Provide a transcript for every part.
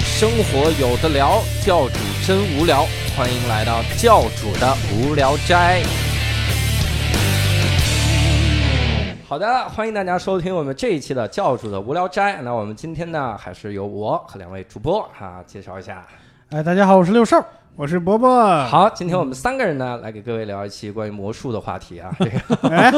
生活有的聊，教主真无聊，欢迎来到教主的无聊斋。好的，欢迎大家收听我们这一期的教主的无聊斋。那我们今天呢，还是由我和两位主播哈、介绍一下。哎，大家好，我是六兽。我是伯啊伯，好，今天我们三个人呢，来给各位聊一期关于魔术的话题啊。这个哎，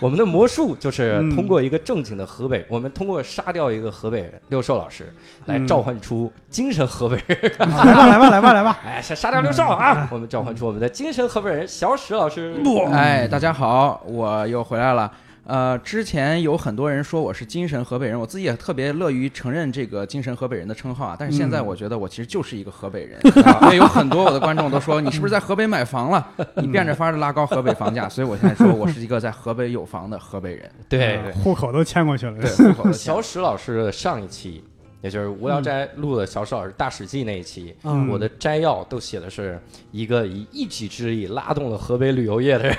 我们的魔术就是嗯通过一个正经的河北，我们通过杀掉一个河北人六兽老师，来召唤出精神河北人。来吧，来吧，来吧，来吧。哎，杀杀掉六兽嗯啊！我们召唤出我们的精神河北人小史老师。哎，大家好，我又回来了。呃，之前有很多人说我是精神河北人，我自己也特别乐于承认这个精神河北人的称号啊。但是现在我觉得我其实就是一个河北人，啊因为有很多我的观众都说你是不是在河北买房了？你变着法儿的拉高河北房价，所以我现在说我是一个在河北有房的河北人。对，户口都迁过去了对，，户口嗯的钱呃小史老师的上一期，也就是无聊斋录的小史老师大史记那一期，嗯我的摘要都写的是一个以一己之力拉动了河北旅游业的人。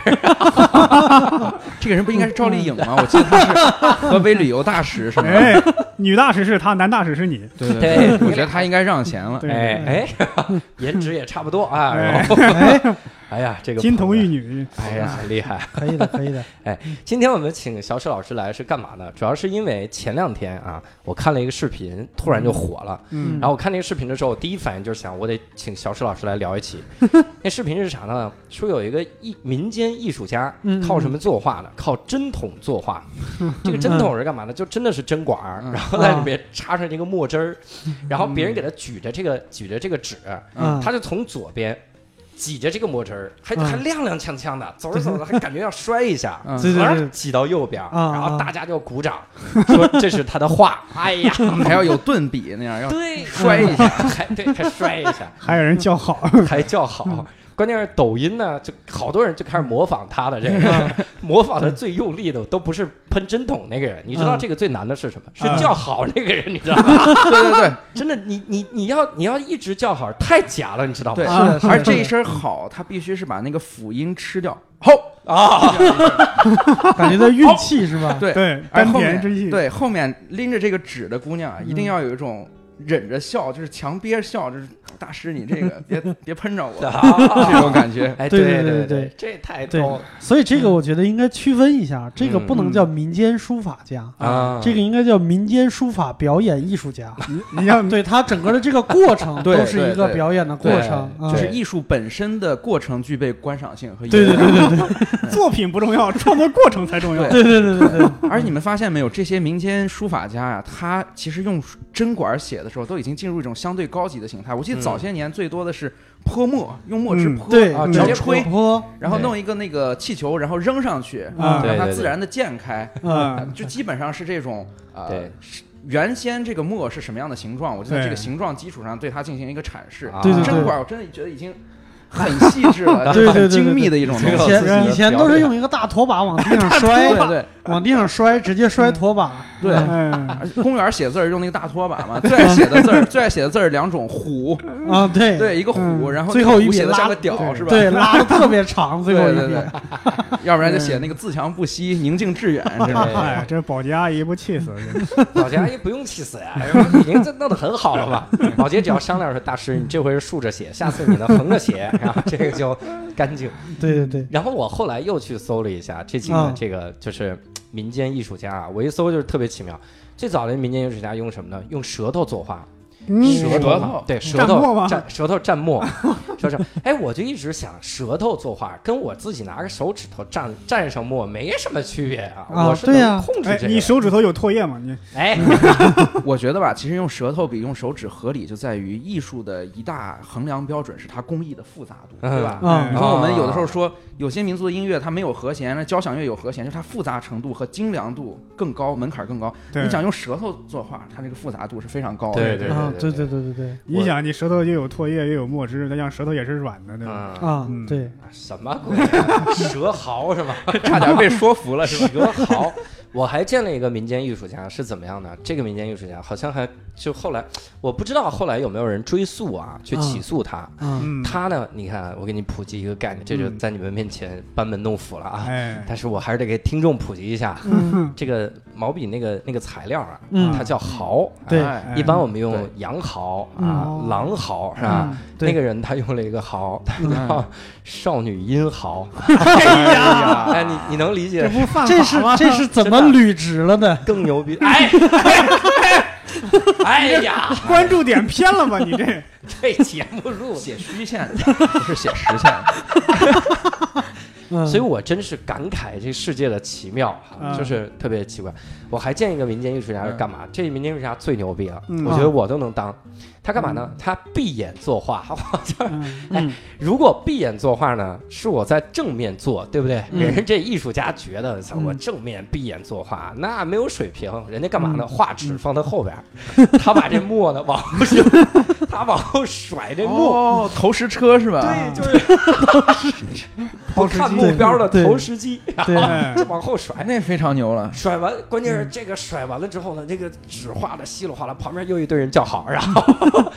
这个人不应该是赵丽颖吗？我记得他是河北旅游大使，是吗？哎，女大使是他，男大使是你，对对对对，我觉得他应该让贤了。对嗯哎哎， 颜值也差不多啊。然后，哎呀，这个金童朋友玉女，哎呀，厉害！可以的，可以的。今天我们请小史老师来是干嘛呢？主要是因为前两天啊，我看了一个视频，突然就火了。嗯然后我看那个视频的时候，我第一反应就是想，我得请小史老师来聊一期。那视频是啥呢？说有一个艺民间艺术家嗯靠什么作画呢？靠针筒作画。这个针筒是干嘛呢？就真的是针管儿，嗯然后在里面插上这个墨汁儿，然后别人给他举着这个举着这个纸，嗯，他就从左边挤着这个墨汁儿，还嗯还踉踉跄跄的，走着走着还感觉要摔一下，嗯对对然后对挤到右边，啊然后大家就鼓掌，说这是他的画。哎呀，还要有顿笔那样，要对，摔一啊 下，还对，还摔一下，还有人叫好，嗯还叫好。关键是抖音呢，就好多人就开始模仿他的这个， 模仿的最用力的都不是喷针筒那个人，你知道嗯嗯这个最难的是什么？是嗯叫好那个人，你 知道 吗？对对对。真的，你你你要你要一直叫好，太假了，你知道吗对，？是的是的啊嗯而这一声好，他必须是把那个辅音吃掉，吼，感觉到运气是吧？对，对，而丹后田之面意，对后面拎着这个纸的姑娘啊，一定要有一种忍着笑，就是强憋着笑，就是大师你这 个别别喷着我啊这种感觉。哎，对对对对对对，这太对逗了所以这个我觉得应该区分一下，这个不能叫民间书法家，啊！这个应该叫民间书法表演艺术家。你要对他整个的这个过程对都是一对个对表演的过对程 啊就。是对艺术本身的过程具备观赏性和意义对对对对对作品不重要，创作过程才重要。对对对对对对，而你们发现没有，这些民间书法家呀、他其实用针管写的时候，都已经进入一种相对高级的形态。我记得早些年最多的是泼墨，用墨汁嗯泼，对啊嗯直接要吹泼然后弄一个那个气球，然后扔上去，啊对让它对对自然的 溅开，啊，就基本上是这种呃对，是原先这个墨是什么样的形状，我就在对这个形状基础上对它进行一个阐释啊。对对对针管我真的觉得已经很细致 了，对对对就是对很精密的一种这以 东个西。自己的前以前表都是演用一个大拖把往地上对摔，对 往地上摔，直接摔拖把。对啊嗯，对，公园写字儿用那个大拖把嘛，最爱写的 字儿，最爱写的字儿两种，虎，啊，对对，一个虎，嗯然后最后一虎笔写的拉像个屌是吧？对，拉的特别 长，最后对一对遍。对， 要不然就写那个自强不息，宁静致远这种。对哎，这保洁阿姨不气死了，保洁阿姨不用气死呀，哎已经这弄得很好了 嘛。保洁只要商量说，大师，你这回是竖着写，下次你能横着写，然后这个就干净。对对对，然后我后来又去搜了一下这几个啊嗯这个就是民间艺术家啊，我一搜就是特别奇妙。最早的民间艺术家用什么呢？用舌头作画，嗯，舌头舌嘛头，对，舌蘸墨头吗蘸舌头蘸墨，说是 哎，我就一直想舌头作画跟我自己拿个手指头蘸蘸上墨没什么区别啊，啊我是对呀能控制哎这，个。你手指头有唾液吗？你哎， 我觉得吧，其实用舌头比用手指合理，就在于艺术的一大衡量标准是它工艺的复杂度，对吧？嗯哎你说我们有的时候说，有些民族的音乐它没有和弦，那交响乐有和弦，就是它复杂程度和精良度更高，门槛更高。对你想用舌头作画，它这个复杂度是非常高的。对对啊，对对对对对对，你想，你舌头又有唾液又有墨汁，再加上舌头也是软的，对吧？啊啊，嗯对，什么鬼啊、蛇嚎是吧？ 差点被说服了，是吧？蛇嚎，我还见了一个民间艺术家是怎么样的？这个民间艺术家好像还就后来，我不知道后来有没有人追诉啊，去起诉他。嗯嗯，他呢，你看，我给你普及一个概念，这就嗯在你们面前班门弄斧了啊。哎，但是我还是得给听众普及一下，嗯这个毛笔那个那个材料啊，嗯它叫毫。对啊哎一般我们用对羊毫啊嗯、狼毫是吧？嗯对那个人他用了一个毫，他叫少女阴毫。哎呀哎，你你能理这解不犯这是这是怎么捋直了的？更牛逼？ 哎，哎呀，关注点偏了吧？你 这这节目录的。写虚线的，不是写实线的。嗯所以我真是感慨这世界的奇妙啊，嗯就是特别奇怪。我还见一个民间艺术家是嗯干嘛？这民间艺术家最牛逼了，嗯我觉得我都能当。他干嘛呢？他闭眼作画。 我就是嗯哎嗯如果闭眼作画呢，是我在正面做，对不对？嗯人家这艺术家觉得操嗯我正面闭眼作画那没有水平，人家干嘛嗯呢？画纸放在后边儿， 他把这墨呢往后 扔，他往后甩这墨，哦，投石车是吧？对，就是 不看目标的投石机，然对哎后就往后甩。哎那非常牛了。甩完，关键是嗯这个甩完了之后呢，这个纸画的稀里哗啦，旁边又一堆人叫好，然 后哦好，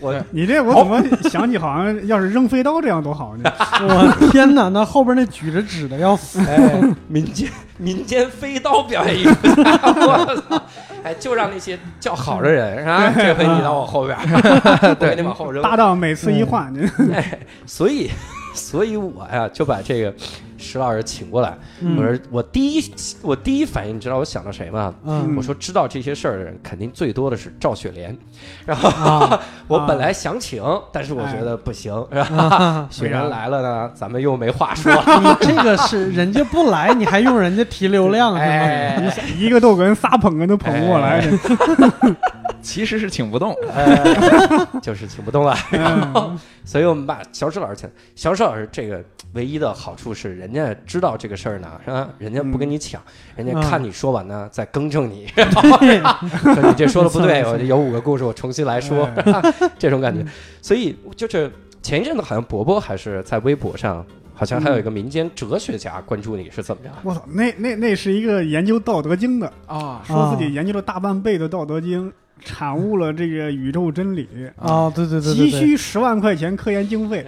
我你这我怎么想起好像要是扔飞刀这样多好呢？哦我天哪，那后边那举着纸的要死。哎，民间 民间飞刀表演艺术家， 我操！哎，就让那些叫好的人啊，这回你到我后边 儿，我给你往后扔。哎搭档每次一换，嗯所以，所以我呀就把这个石老师请过来，嗯我说我第一我第一反应，你知道我想到谁吗？嗯我说知道这些事儿的人肯定最多的是赵雪莲，然后、啊哎我本来想请，但是我觉得不行，然后 啊！雪莲来了呢，咱们又没话 说，你这个是人家不来，你还用人家提流量是 哎， 一个逗哏仨捧哏都捧不过来。其实是请不动。哎就是请不动了，嗯所以我们把小史老师请，小史老师这个唯一的好处是，人家知道这个事儿呢，是吧？人家不跟你抢，人家看你说完呢，再更正你，吗？说你这说的不对，没错我没错有五个故事，我重新来说，哎 这种感觉嗯。所以就是前一阵子好像伯伯还是在微博上，好像还有一个民间哲学家关注你是怎么样？我操，那那那是一个研究《道德经》的，哦说啊自己研究了大半辈子《道德经》，阐悟了这个宇宙真理，啊，对对对对急对，需十万块钱科研经费，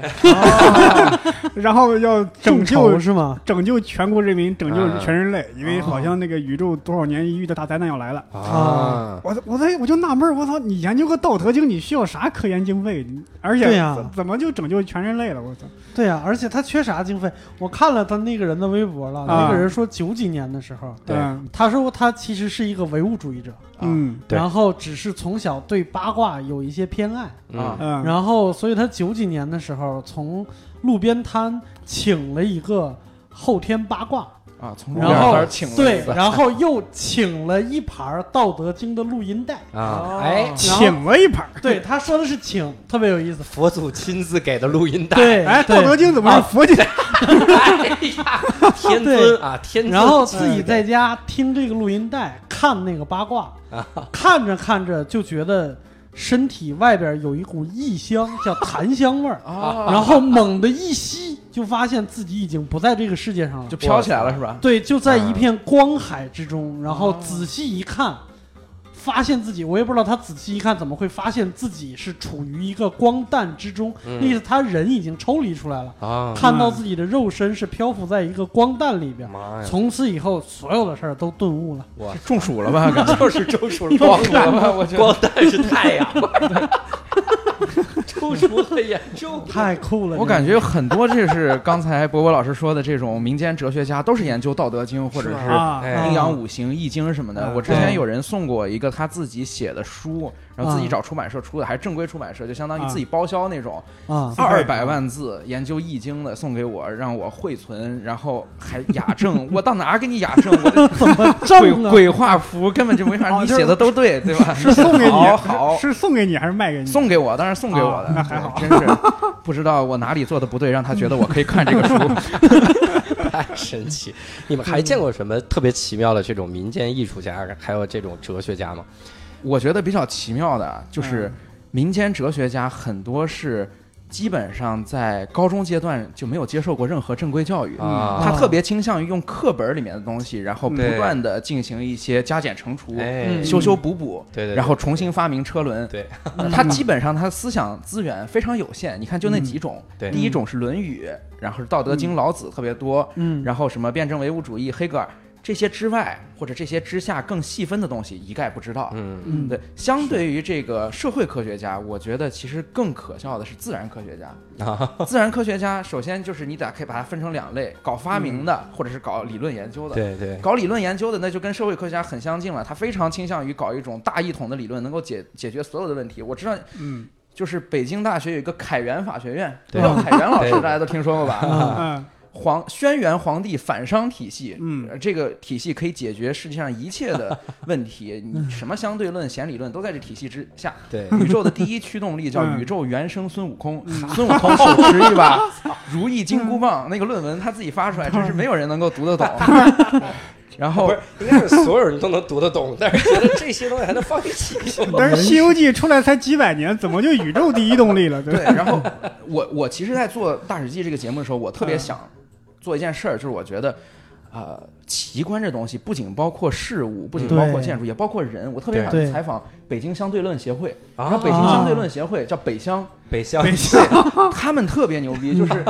然后要拯众救筹是吗？拯救全国人民，拯啊救全人类，因为好像那个宇宙多少年一遇的大灾难要来了。啊，我我在我就纳闷儿，我操，你研究个《道德经》，你需要啥科研经费？你而且对呀怎怎么就拯救全人类了？我操！对呀、而且他缺啥经费？我看了他那个人的微博了，啊那个人说九几年的时候，对嗯他说他其实是一个唯物主义者，嗯对然后只是从小对八卦有一些偏爱，嗯嗯然后所以他九几年的时候从路边摊请了一个后天八卦，啊，从然路边后摊儿请了对一，个，然后又请了一盘《道德经》的录音带。啊，哎，请了一盘儿。对，他说的是请，特别有意思。佛祖亲自给的录音带，对，哎，《对啊道德经》怎么是佛经？哎呀，天尊啊，天尊，然后自己在啊家听这个录音带，看那个八卦，看着看着就觉得身体外边有一股异香，叫檀香味儿啊，然后猛地一吸，就发现自己已经不在这个世界上了就。飘起来了是吧？对，就在一片光海之中，然后仔细一看，发现自己，我也不知道他仔细一看怎么会发现自己是处于一个光淡之中，嗯那意思他人已经抽离出来了，啊，看到自己的肉身是漂浮在一个光淡里边。妈哎呀，从此以后，所有的事儿都顿悟了。我中暑了吧？感觉就是周叔光 中暑了吧？我觉得光蛋是太阳，周叔很严重，太酷了！我感觉有很多这是刚才博博老师说的这种民间哲学家，都是研究《道德经》或者是是。啊，哎阴阳五行、易经什么的，嗯我之前有人送过一个他自己写的书，然后自嗯己找出版社出的，还是正规出版社，就相当于自己包销那种，觉啊，嗯二百万字研究易经的送给我，让我汇存，然后还雅正，我到哪儿给你雅正？ 我的怎么鬼正啊？鬼画符根本就没法，哦你就是写的都对，对吧？是送给你，好好是是送给你还是卖给你？送给我，当然送给我的，啊那还好对真是不知道我哪里做的不对，让他觉得我可以看这个 书。太神奇！你们还见过什么特别奇妙的这种民间艺术家，还有这种哲学家吗？我觉得比较奇妙的嗯就是，民间哲学家很多是基本上在高中阶段就没有接受过任何正规教育。啊他特别倾向于用课本里面的东西，然后不对断的进行一些加减乘除、哎，修修补补，对对对然后重新发明车轮。对，他基本上他思想资源非常有限，你看嗯就那几种，对第一种是《论语》，然后是《道德经》、老子特别多，嗯，然后什么辩证唯物主义、黑格尔。这些之外或者这些之下更细分的东西一概不知道。嗯嗯，对，相对于这个社会科学家，我觉得其实更可笑的是自然科学家。啊，自然科学家首先就是你得可以把它分成两类，搞发明的、或者是搞理论研究的。对对，搞理论研究的那就跟社会科学家很相近了，他非常倾向于搞一种大一统的理论，能够解解决所有的问题。我知道嗯就是北京大学有一个凯源法学院，对廖凯源老师对大家都听说过吧？啊嗯皇轩辕皇帝反商体系，嗯呃这个体系可以解决世界上一切的问题，你什么相对论、弦理论都在这体系之下。对，宇宙的第一驱动力叫嗯宇宙原生孙悟空，嗯孙悟空手持一 把如意金箍棒，那个论文他自己发出来，真是嗯没有人能够读 得懂。然后不是，应该是所有人都能读得懂，但是觉得这些东西还能放一起用但是《西游记》出来才几百年，怎么就宇宙第一动力了？对对，吧？然后我 我其实，在做《大史记》这个节目的时候，我特别嗯想做一件事儿，就是我觉得，呃，奇观这东西不仅包括事物，不仅包括对建筑，也包括人。我特别对想去对采访北京相对论协会，然啊后北京相对论协会叫北乡，北向北向他们特别牛逼，就是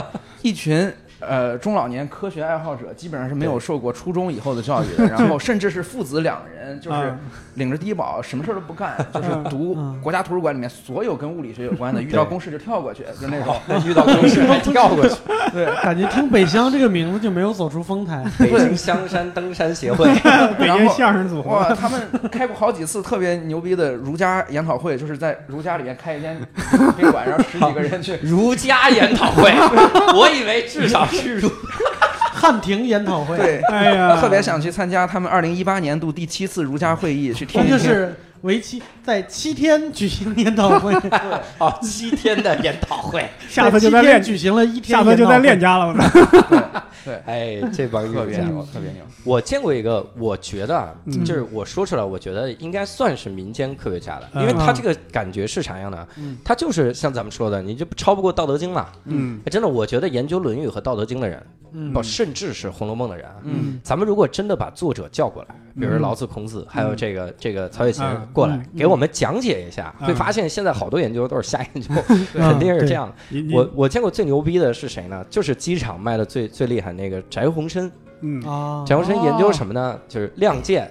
一群。呃，中老年科学爱好者基本上是没有受过初中以后的教育的，然后甚至是父子两人，就是啊领着低保，什么事儿都不 干，就是嗯读嗯国家图书馆里面所有跟物理学有 关的，遇到公式就跳过去，就那种。哦遇到公式还跳过去，对，感觉听北乡这个名字就没有走出丰台。北京香山登山协会，。北然京后相声组 合哇，他们开过好几次特别牛逼的儒家研讨会，就是在儒家里面开一间咖啡馆，然后十几个人去 儒家研讨会， 我以为至少是儒，汉庭研讨会，对，哎呀，特别想去参加他们二零一八年度第七次儒家会议，哦去听他一就听。是为期在七天举行研讨会，啊，七天的研讨会， 下次就在练链，举行了一天，下次就在链，家了。我操哎，这帮特儒别家。牛，特别牛。我见过一个，我觉得啊，嗯就是我说出来，我觉得应该算是民间科学家的，因为他这个感觉是啥样的啊？他就是像咱们说的，你就超不过《道德经》嘛。嗯哎真的，我觉得研究《论语》和《道德经》的人，嗯不，甚至是《红楼梦》的人啊，嗯，咱们如果真的把作者叫过来，比如老子、孔子，还有这个这个曹雪芹嗯过来嗯，给我们讲解一下，嗯会发现现在好多研究都是瞎研究，啊对肯定是这样的。你你我我见过最牛逼的是谁呢？就是机场卖的最最厉害那个翟鸿燊。嗯啊，翟鸿燊研究什么呢？就是亮剑、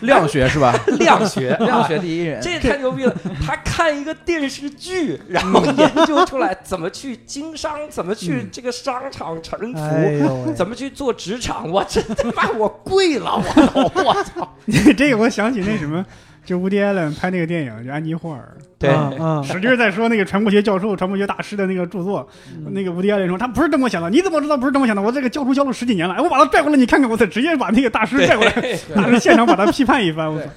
量学是吧？ 亮学。嗯量 学第一人。这也太牛逼了！他看一个电视剧，然后研究出来怎么去经商，怎么去这个商场沉浮，哎呦喂，怎么去做职场？我真他妈我跪了，我操！我操！你这个我想起那什么，就伍迪·艾伦拍那个电影，就《安妮霍尔对，啊，》，使劲儿在说那个传播学教授、传播学大师的那个著作。嗯那个伍迪·艾伦说他不是这么想的，你怎么知道不是这么想的？我这个教书教了十几年了，哎我把他拽过来，你看看，我操，直接把那个大师拽过 来，大师现场把他批判一番，我操！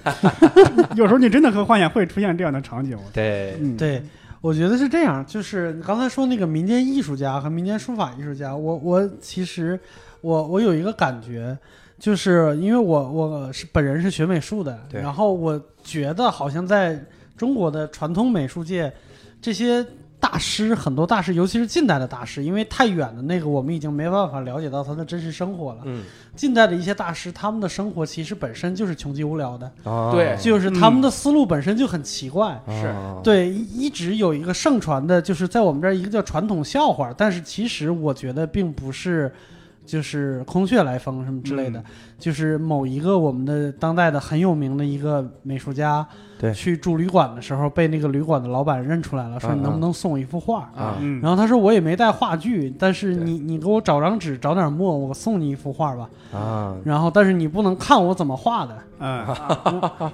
有时候你真的和幻想会出现这样的场景，我对，嗯，对，我觉得是这样，就是你刚才说那个民间艺术家和民间书法艺术家，我我其实我我有一个感觉，就是因为我我是本人是学美术的，对然后我觉得好像在中国的传统美术界，这些。大师很多大师，尤其是近代的大师，因为太远的那个我们已经没办法了解到他的真实生活了。嗯，近代的一些大师，他们的生活其实本身就是穷极无聊的，哦对就是他们的思路本身就很奇怪。是哦对，一一直有一个盛传的，就是在我们这儿一个叫传统笑话，但是其实我觉得并不是，就是空穴来风什么嗯之类的，就是某一个我们的当代的很有名的一个美术家，对去住旅馆的时候被那个旅馆的老板认出来了，说嗯你能嗯不能送我一幅画？啊，嗯然后他说我也没带话剧，但是对你你给我找张纸，找点墨，我送你一幅画吧。啊，然后但是你不能看我怎么画的，啊，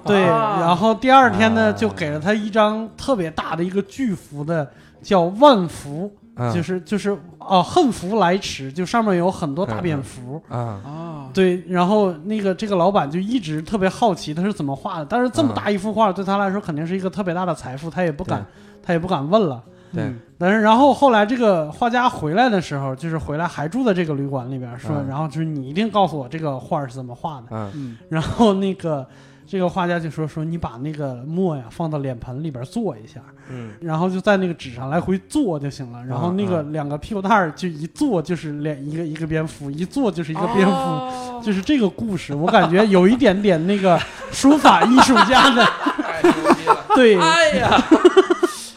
对，啊然后第二天啊呢，就给了他一张特别大的一个巨幅的，叫万福，嗯啊就是就是哦、恨福来迟，就上面有很多大蝙蝠。啊，啊，对，然后那个这个老板就一直特别好奇他是怎么画的，但是这么啊大一幅画对他来说肯定是一个特别大的财富，他也不敢对，他也不敢问了。对嗯，但是然后后来这个画家回来的时候，就是回来还住在这个旅馆里边，说，啊然后就是你一定告诉我这个画是怎么画的。哦嗯嗯然后那个这个画家就说说你把那个墨呀放到脸盆里边做一下，嗯，然后就在那个纸上来回做就行了。然后那个两个屁股蛋儿就一做就是脸一个一个蝙蝠，一做就是一个蝙蝠。哦 就是这个故事，我感觉有一点点那个书法艺术家的哎太牛逼了。对哎呀，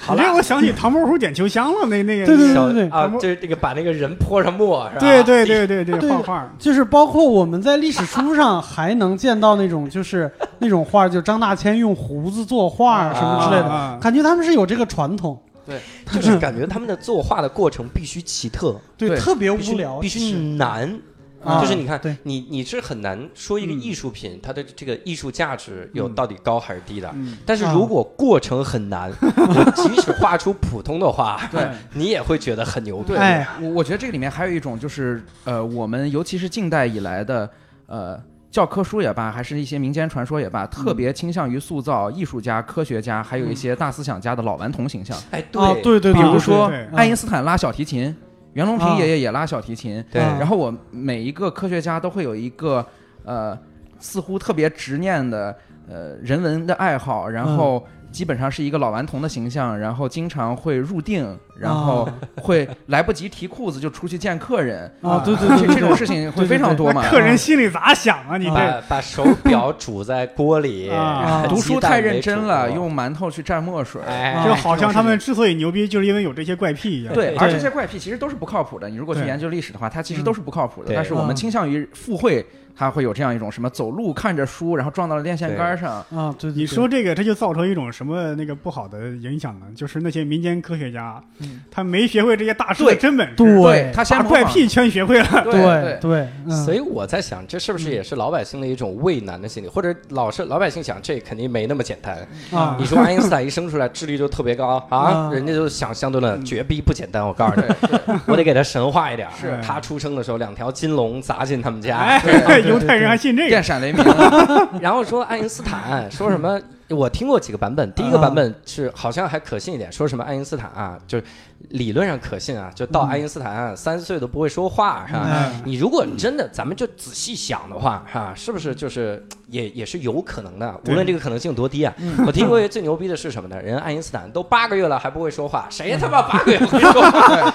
好这了让我想起唐伯虎点秋香了，那那个对对小嗯对啊唐，伯就是这个把那个人泼上墨是吧？对对对对啊对对画画，就是包括我们在历史书上还能见到那种，就是那种画，就张大千用胡子作画什么之啊类的，的，感觉他们是有这个传统， 就是嗯感觉他们的作画的过程必须奇特，对，对特别必须无聊，必其须实难。啊就是你看对，你你是很难说一个嗯艺术品它的这个艺术价值有嗯到底高还是低的。嗯，但是啊如果过程很 难，我即使画出普通的画，对你也会觉得很牛逼。哎，我我觉得这个里面还有一种就是，呃，我们尤其是近代以来的，呃，教科书也罢，还是一些民间传说也罢，特别倾向于塑造艺术家、科学家，还有一些大思想家的老顽童形象。哎，啊，对对，对比如对嗯说对对爱因斯坦拉小提琴，袁隆平爷爷也拉小提琴。嗯对啊然后我每一个科学家都会有一个呃，似乎特别执念的呃人文的爱好，嗯然后基本上是一个老顽童的形象，然后经常会入定，然后会来不及提裤子就出去见客人。啊， 对对对，这对这种事情会非常多嘛那？客人心里咋想啊？你这把把手表煮在锅 里，啊然后读鸡书蛋太没认真煮了，过用馒头去蘸墨水。哎，就啊好像他们之所以牛逼，就是因为有这些怪癖一样。对，对而这些怪癖其实都是不靠谱的。你如果去对研究历史的话，它其实嗯都是不靠谱的。对但是我们嗯倾向于附会，它会有这样一种什么走路看着书，然后撞到了电线杆上。啊，对，对你说，这个，这就造成一种什么那个不好的影响呢？就是那些民间科学家，嗯他没学会这些大师的对真本事，对它先把模仿怪癖全学会 了。对对对，嗯所以我在想，这是不是也是老百姓的一种畏难的心理，或者老是老百姓想，这肯定没那么简单。啊你，说爱因斯坦一生出来智力就特别高啊啊，人家就想相对论，嗯绝逼不简单。我告诉你，对对我得给他神化一点儿。 是他出生的时候，两条金龙砸进他们家，哎，对对犹太人还信这个电闪雷鸣啊，然后说爱因斯坦说什么？我听过几个版本，第一个版本是好像还可信一点，说什么爱因斯坦啊，就是理论上可信啊，就到爱因斯坦啊三岁都不会说话是吧？嗯哎你如果真的，咱们就仔细想的话，哈、是不是就是也也是有可能的？无对论这个可能性多低啊！嗯我听过一个最牛逼的是什么呢？人爱因斯坦都八个月了还不会说 话，谁他妈八个月会说话？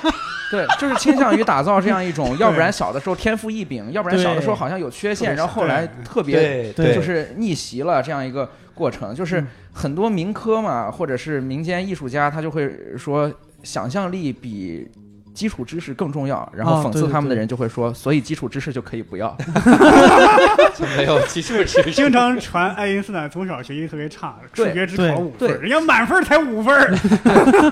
对，就是倾向于打造这样一种，要不然小的时候天赋异禀，要不然小的时候好像有缺陷，对然后后来特别对对就是逆袭了这样一个过程。就是嗯很多民科嘛，或者是民间艺术家，他就会说想象力比。基础知识更重要，然后啊讽对刺对他们的对人就会说，所以基础知识就可以 不要。就没有技术知识。经常传爱因斯坦从小学习特别差，数对学只对考五分儿，对人家满分儿才五分儿。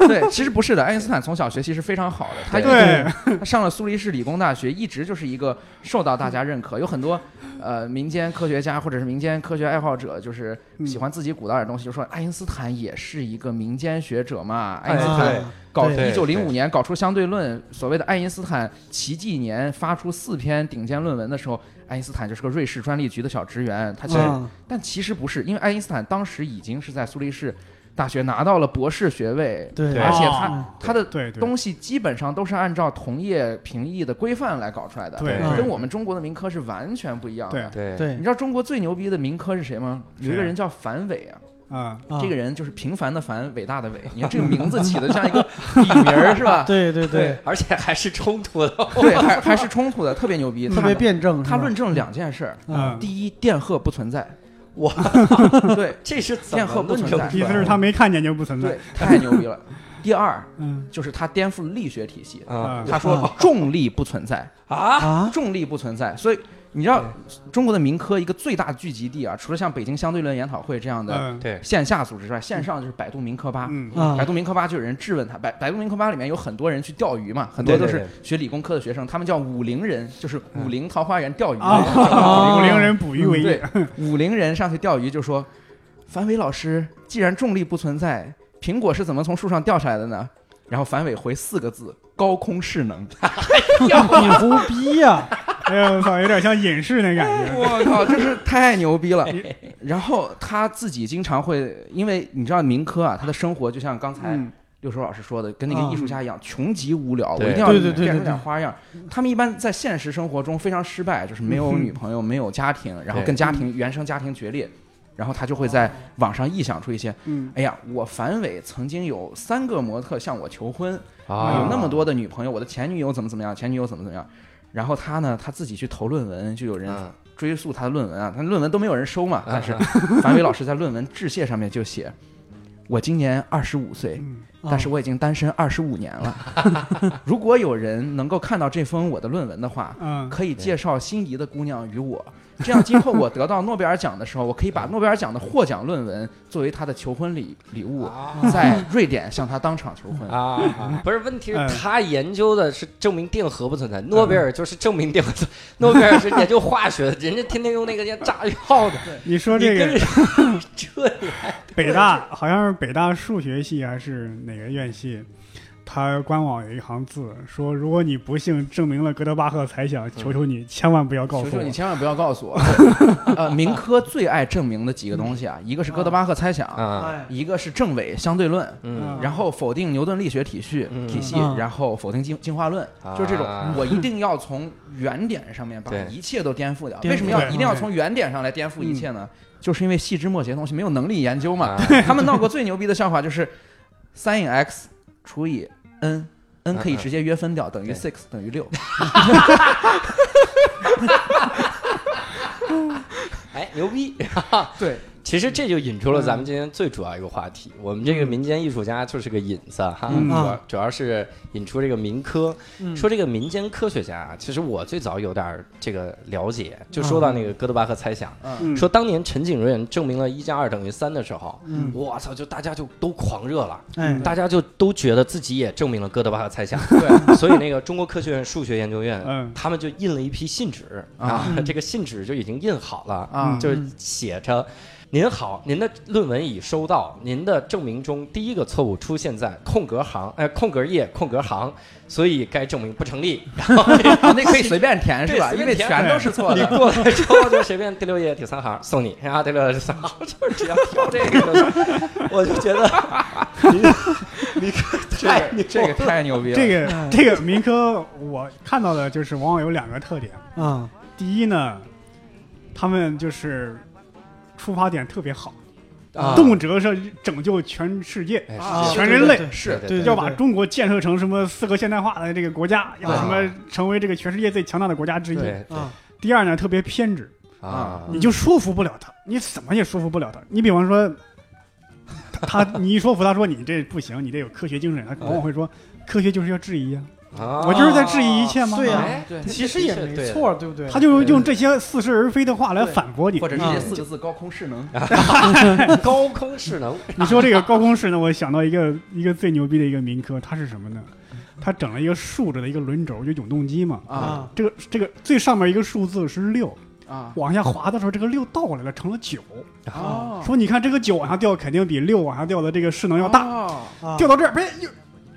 对，其实不是的，爱因斯坦从小学习是非常好的，他对，他上了苏黎世理工大学，一直就是一个受到大家认可，有很多呃民间科学家或者是民间科学爱好者，就是喜欢自己鼓捣点东西，就说爱因斯坦也是一个民间学者嘛，爱因斯哎坦啊对搞对一九零五年搞出相对论，所谓的爱因斯坦奇迹年发出四篇顶尖论文的时候，爱因斯坦就是个瑞士专利局的小职员，他其实啊但其实不是，因为爱因斯坦当时已经是在苏黎世大学拿到了博士学位，对啊对而且他、哦他的对对东西基本上都是按照同业评议的规范来搞出来的，对对跟我们中国的民科是完全不一样的。对对你，知道中国最牛逼的民科是谁吗？谁啊有一个人叫樊伟啊，啊，啊这个人就是平凡的凡，伟大的伟。你看这个名字起的像一个笔名儿是吧？对对对，而且还是冲突的。 对，还还是冲突的，特别牛逼，特别他。辩证，他论证两件事儿，嗯啊第一，电荷不存在，哇，对，这是怎电么荷不论存证在出意来思是的他没看见就不存在对。，太牛逼了。第二，嗯就是他颠覆了力学体系。啊他说重力不存在，啊？啊，重力不存在，所以你知道中国的民科一个最大聚集地啊，除了像北京相对论研讨会这样的嗯对线下组织之外，线上就是百度民科吧。嗯啊 百度民科吧就有人质问他，百百度民科吧里面有很多人去钓鱼嘛，很多对对嗯都是对学理工科的学生，他们叫武陵人，就是武陵桃花源钓鱼的人。啊，五零人捕鱼为业嗯对，武陵人上去钓鱼就说：“樊伟老师，既然重力不存在，苹果是怎么从树上掉下来的呢？”然后樊伟回四个字：“高空势能。你牛逼 呀！哎呦我操，有点像隐士那感”觉。我靠，真是太牛逼了！然后他自己经常会，因为你知道民科啊，他的生活就像刚才嗯，六叔老师说的，跟那个啊艺术家一样，穷极无聊，我对一定要对对对变出对点对花样。他们一般在现实生活中非常失败，就是没有女朋友，没有家庭，然后对跟家庭原生家庭决裂，然后他就会哦在网上臆想出一些嗯，哎呀，我樊伟曾经有三个模特向我求婚，啊哦有那么多的女朋友，我的前女友怎么怎么样，前女友怎么怎么样。然后他呢，他自己去投论文，就有人嗯追溯 他的论文啊，他论文都没有人收嘛。但是嗯樊伟老师在论文致谢上面就写：“我今年二十五岁，嗯哦啊但是我已经单身二十五年了。 如果有人能够看到这封我的论文的话，嗯，可以对介绍心仪的姑娘与我。这样，今后我得到诺贝尔奖的时候，我可以把诺贝尔奖的获奖论文作为她的求婚礼礼物，啊在瑞典向她当场求婚。啊，不是，问题是哎他研究的是证明电荷不存在，诺贝尔就是证明电荷，诺贝尔是研究化学的，人家天天用那个叫炸药的，你说你这跟个着这北大好像是北大数学系还是哪个院系，它官网有一行字说，如果你不幸证明了哥德巴赫猜想，求求你千万不要告求诉求你我。千万不要告诉我，呃，民科最爱证明的几个东西啊，一个是哥德巴赫猜想，啊，哎，一个是正伪相对论，嗯，然后否定牛顿力学体系嗯体系嗯，然后否定进进化论，啊就是这种，我一定要从原点上面把对一切都颠覆掉。颠覆为什么要对一定要从原点上来颠覆一切呢？就是因为细枝末节的东西没有能力研究嘛啊。他们闹过最牛逼的笑话就是 sin x 除以 n。n 可嗯以嗯直接约分掉，等对于 six 等于六。哎，牛逼！对，其实这就引出了咱们今天最主要一个话题，我们这个民间艺术家就是个引子哈，嗯主要啊主要是引出这个民科。嗯说这个民间科学家啊，其实我最早有点儿这个了解，就说到那个哥德巴赫猜想，嗯说当年陈景润证明了一加二等于三的时候，嗯我操，就大家就都狂热了，哎，大家就都觉得自己也证明了哥德巴赫猜想，对所以那个中国科学院数学研究院，嗯他们就印了一批信纸啊， 这个信纸就已经印好了啊就是写着。您好，您的论文已收到。您的证明中第一个错误出现在空格行，呃，空格页、空格行，所以该证明不成立。然后这啊那可以随便填是吧？对随因便为填全都是错你的。过来之后就随便第六页第三行送你，然后第六页第三行就是只要挑这个就行，我就觉得你你 这太个这个太牛逼了。这 个哎这个民科，我看到的就是往往有两个特点。啊，第一呢，他们就是出发点特别好，啊动辄是拯救全世界，哎啊是全人类对对是对对要把中国建设成什么四个现代化的这个国家，要啊什么成为这个全世界最强大的国家之一。对对啊，第二呢，特别偏执，啊你就说服不了他，你怎么也说服不了他。你比方说，他他你一说服他说你这不行，你这有科学精神，他往往会说科学就是要质疑啊，啊我就是在质疑一切啊吗？对呀哎对其实也没，错，对不对？他就用这些似是而非的话来反驳你或。者是嗯这四个字高空势能。啊这是高空势能你说这个高空式呢，我想到一个一个最牛逼的一个民科，它是什么呢？它整了一个竖着的一个轮轴，就永动机嘛。啊啊，这个这个最上面一个数字是六，啊往下滑的时候，这个六倒过来了，成了九。哦，说你看这个九往下掉，肯定比六往下掉的这个势能要大。哦啊掉到这儿，呸，又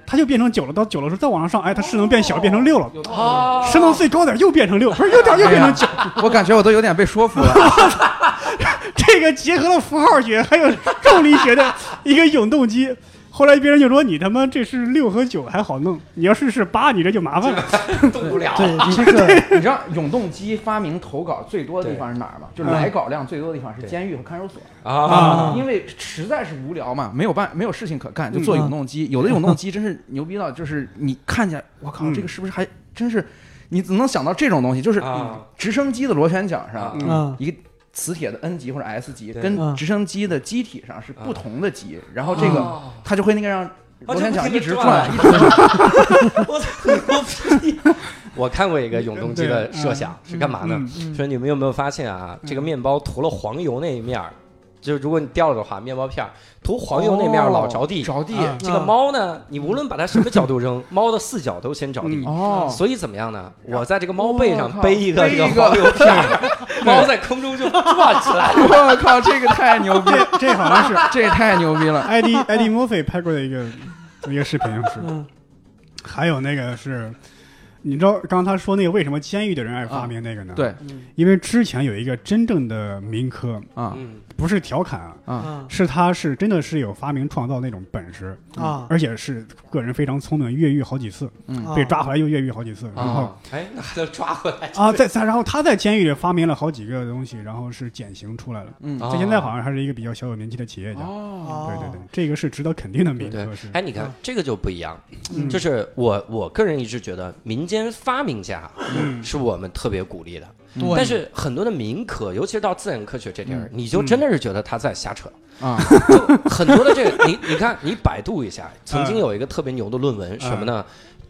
它就变成九了。到九的时候再往上上，哎，它势能变小，变成六了。有道理啊势能最高点又变成六，不是又掉又变成九。我感觉我都有点被说服了。 这个结合了符号学还有重力学的一个永动机。 后来别人就说你他妈这是六和九还好弄，你要是是八，你这就麻烦了。动不了。啊对这 个你知道永动机发明投稿最多的地方是哪儿吗？就是来稿量最多的地方是对监狱和看守所，啊因为实在是无聊嘛，没有办没有事情可干，就做永动机。有的永动机真是牛逼到，就是你看起来，我靠，嗯这个是不是还真是？你怎么能想到这种东西？就是啊直升机的螺旋桨上，嗯啊一个磁铁的 N 级或者 S 级，对跟嗯直升机的机体上是不啊同的级，然后这个哦它就会那个让螺旋桨一直啊转，一就直转。我操牛逼！ 我看过一个永动机的设想是干嘛呢？说你们有没有发现啊？这个面包涂了黄油那一面儿，就如果你掉了的话，面包片儿涂黄油那面儿老着地。哦着地啊这个猫呢，你无论把它什么角度扔，猫的四脚都先着地。哦所以怎么样呢？我在这个猫背我上靠背一个这背个一个黄油片儿， 猫在空中就转起来。我靠，这个太牛逼，这这好像是这也太牛逼了。 艾迪艾迪墨菲拍过的一个一个视频，是嗯还有那个是，你知道刚刚他说那个为什么监狱的人爱发明那个呢？，对嗯因为之前有一个真正的民科，啊嗯不是调侃啊，啊啊是他是真的是有发明创造那种本事，啊而且是个人非常聪明，越狱好几次，嗯啊被抓回来又越狱好几次，哦然后啊，哎，那还能抓回来？啊，在在然后他在监狱里发明了好几个东西，然后是减刑出来了。嗯他现啊在好像还是一个比较小有名气的企业家。哦对对对，这个是值得肯定的民对嗯科是，。哎，你看啊这个就不一样，就是我我个人一直觉得民间发明家是我们特别鼓励的，对但是很多的民科，尤其是到自然科学这点儿，嗯你就真的是觉得他在瞎扯。啊，就很多的这个， 你你看，你百度一下，曾经有一个特别牛的论文，什么呢？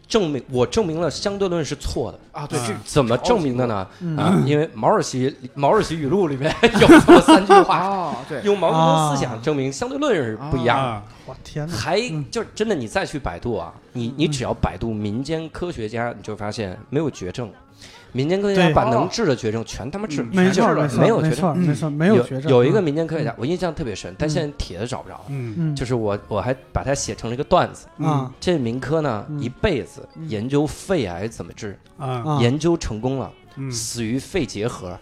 证明我证明了相对论是错的啊对这怎么证明的呢？嗯啊，因为毛主席毛主席语录里面有这么三句话，哦， 对，用毛泽东思啊想证明相对论是不一样的。啊，我天哪！还就是真的，你再去百度啊，嗯你你只要百度民间科学家，你就发现没有绝症，民间科学家对嗯把能治的绝症全他妈治了，没全错，治了没没有错，没绝症，错，没错，没有绝症。有一个嗯，民间科学家，我印象特别深，但现在帖子找不着了。嗯嗯，就是我我还把它写成了一个段子。啊这民科呢，嗯一辈子嗯研究肺癌怎么治，啊，啊，研究成功了，嗯死于肺结核。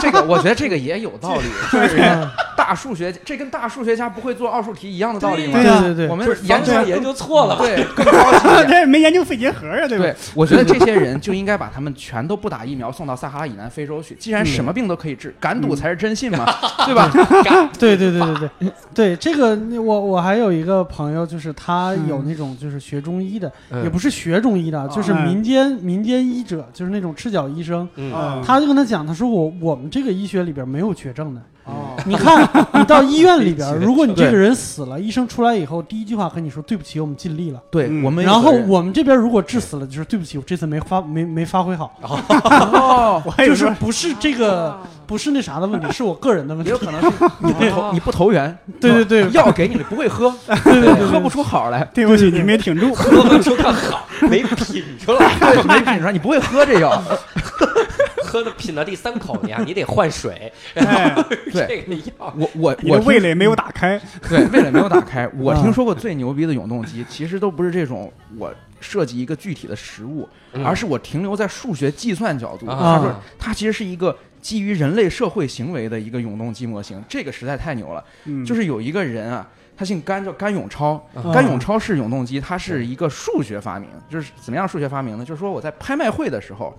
这个我觉得这个也有道理，就是嗯啊大数学，这跟大数学家不会做奥数题一样的道理吗？对呀对对我们不是研研究究研究错了吧？对更高级一点。啊这没研究肺结核呀，对吧对？，我觉得这些人就应该把他们全都不打疫苗送到撒哈拉以南非洲去。既然什么病都可以治，敢赌才是真信 嘛，对吧？ 对对对对对对，这个我我还有一个朋友，就是他有那种就是学中医的，嗯也不是学中医的，就是嗯民间民间医者，就是那种赤脚医生。嗯，啊，他就跟他讲，他说我我们这个医学里边没有绝症 的。哦，你看，你到医院 里边，没绝症如果你这个人死了，医生出来以后，第一句话跟你说对不起，我们尽力了。对嗯我们有然后责任我们这边如果治死了，就是对不起，我这次没发没没发挥好，哦，我还 以就为是说 不是这个不是那啥的问题，是我个人的问 也题哦有。可能是你不投你不投缘，对对对 药给你了不会喝，对对对， 喝不出好来，对不起，你没挺住，喝不出个好， 没哦品出来，对没品出来，你不会喝这药，喝的品到第三口你啊，你得换水，哎，这个药。 我我你我的听味蕾没有打开，对味蕾没有打 开。我啊听说过最牛逼的永动机，其实都不是这种我设计一个具体的食物，嗯而是我停留在数学计算角度。啊他说它其实是一个基于人类社会行为的一个永动机模型，这个实在太牛了。嗯就是有一个人啊，他姓甘，叫甘永超。嗯啊甘永超是永动机，它是一个数学发明，就是怎么样数学发明呢？就是说我在拍卖会的时候，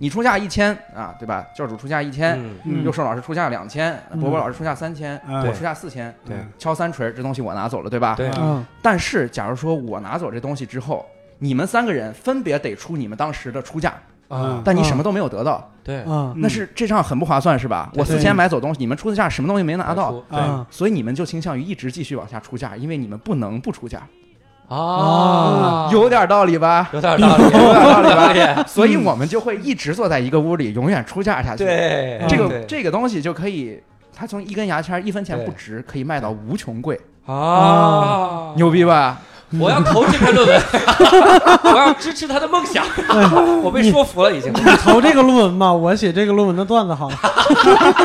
你出价一千啊，对吧？教主出价一千，嗯，嗯右手老师出价两千，博博老师出价三千，嗯我出价四千，对敲三锤，这东西我拿走了，对吧？对啊嗯但是假如说我拿走这东西之后，你们三个人分别得出你们当时的出价，啊，但你什么都没有得到，对，啊嗯那是这账很不划算，是吧？我对四千买走东西，你们出的价什么东西没拿到，对啊啊所以你们就倾向于一直继续往下出价，因为你们不能不出价，啊，嗯有点道理吧？有点道理，有道理啊点道理。所以我们就会一直坐在一个屋里，永远出价下去。，对，嗯这对个这个东西就可以，它从一根牙签儿一分钱不值，可以卖到无穷贵，啊，牛逼吧？ 我要投这篇论文， 我要支持他的梦想。 我被说服了，已经，你投这个论文吧，我写这个论文的段子好了。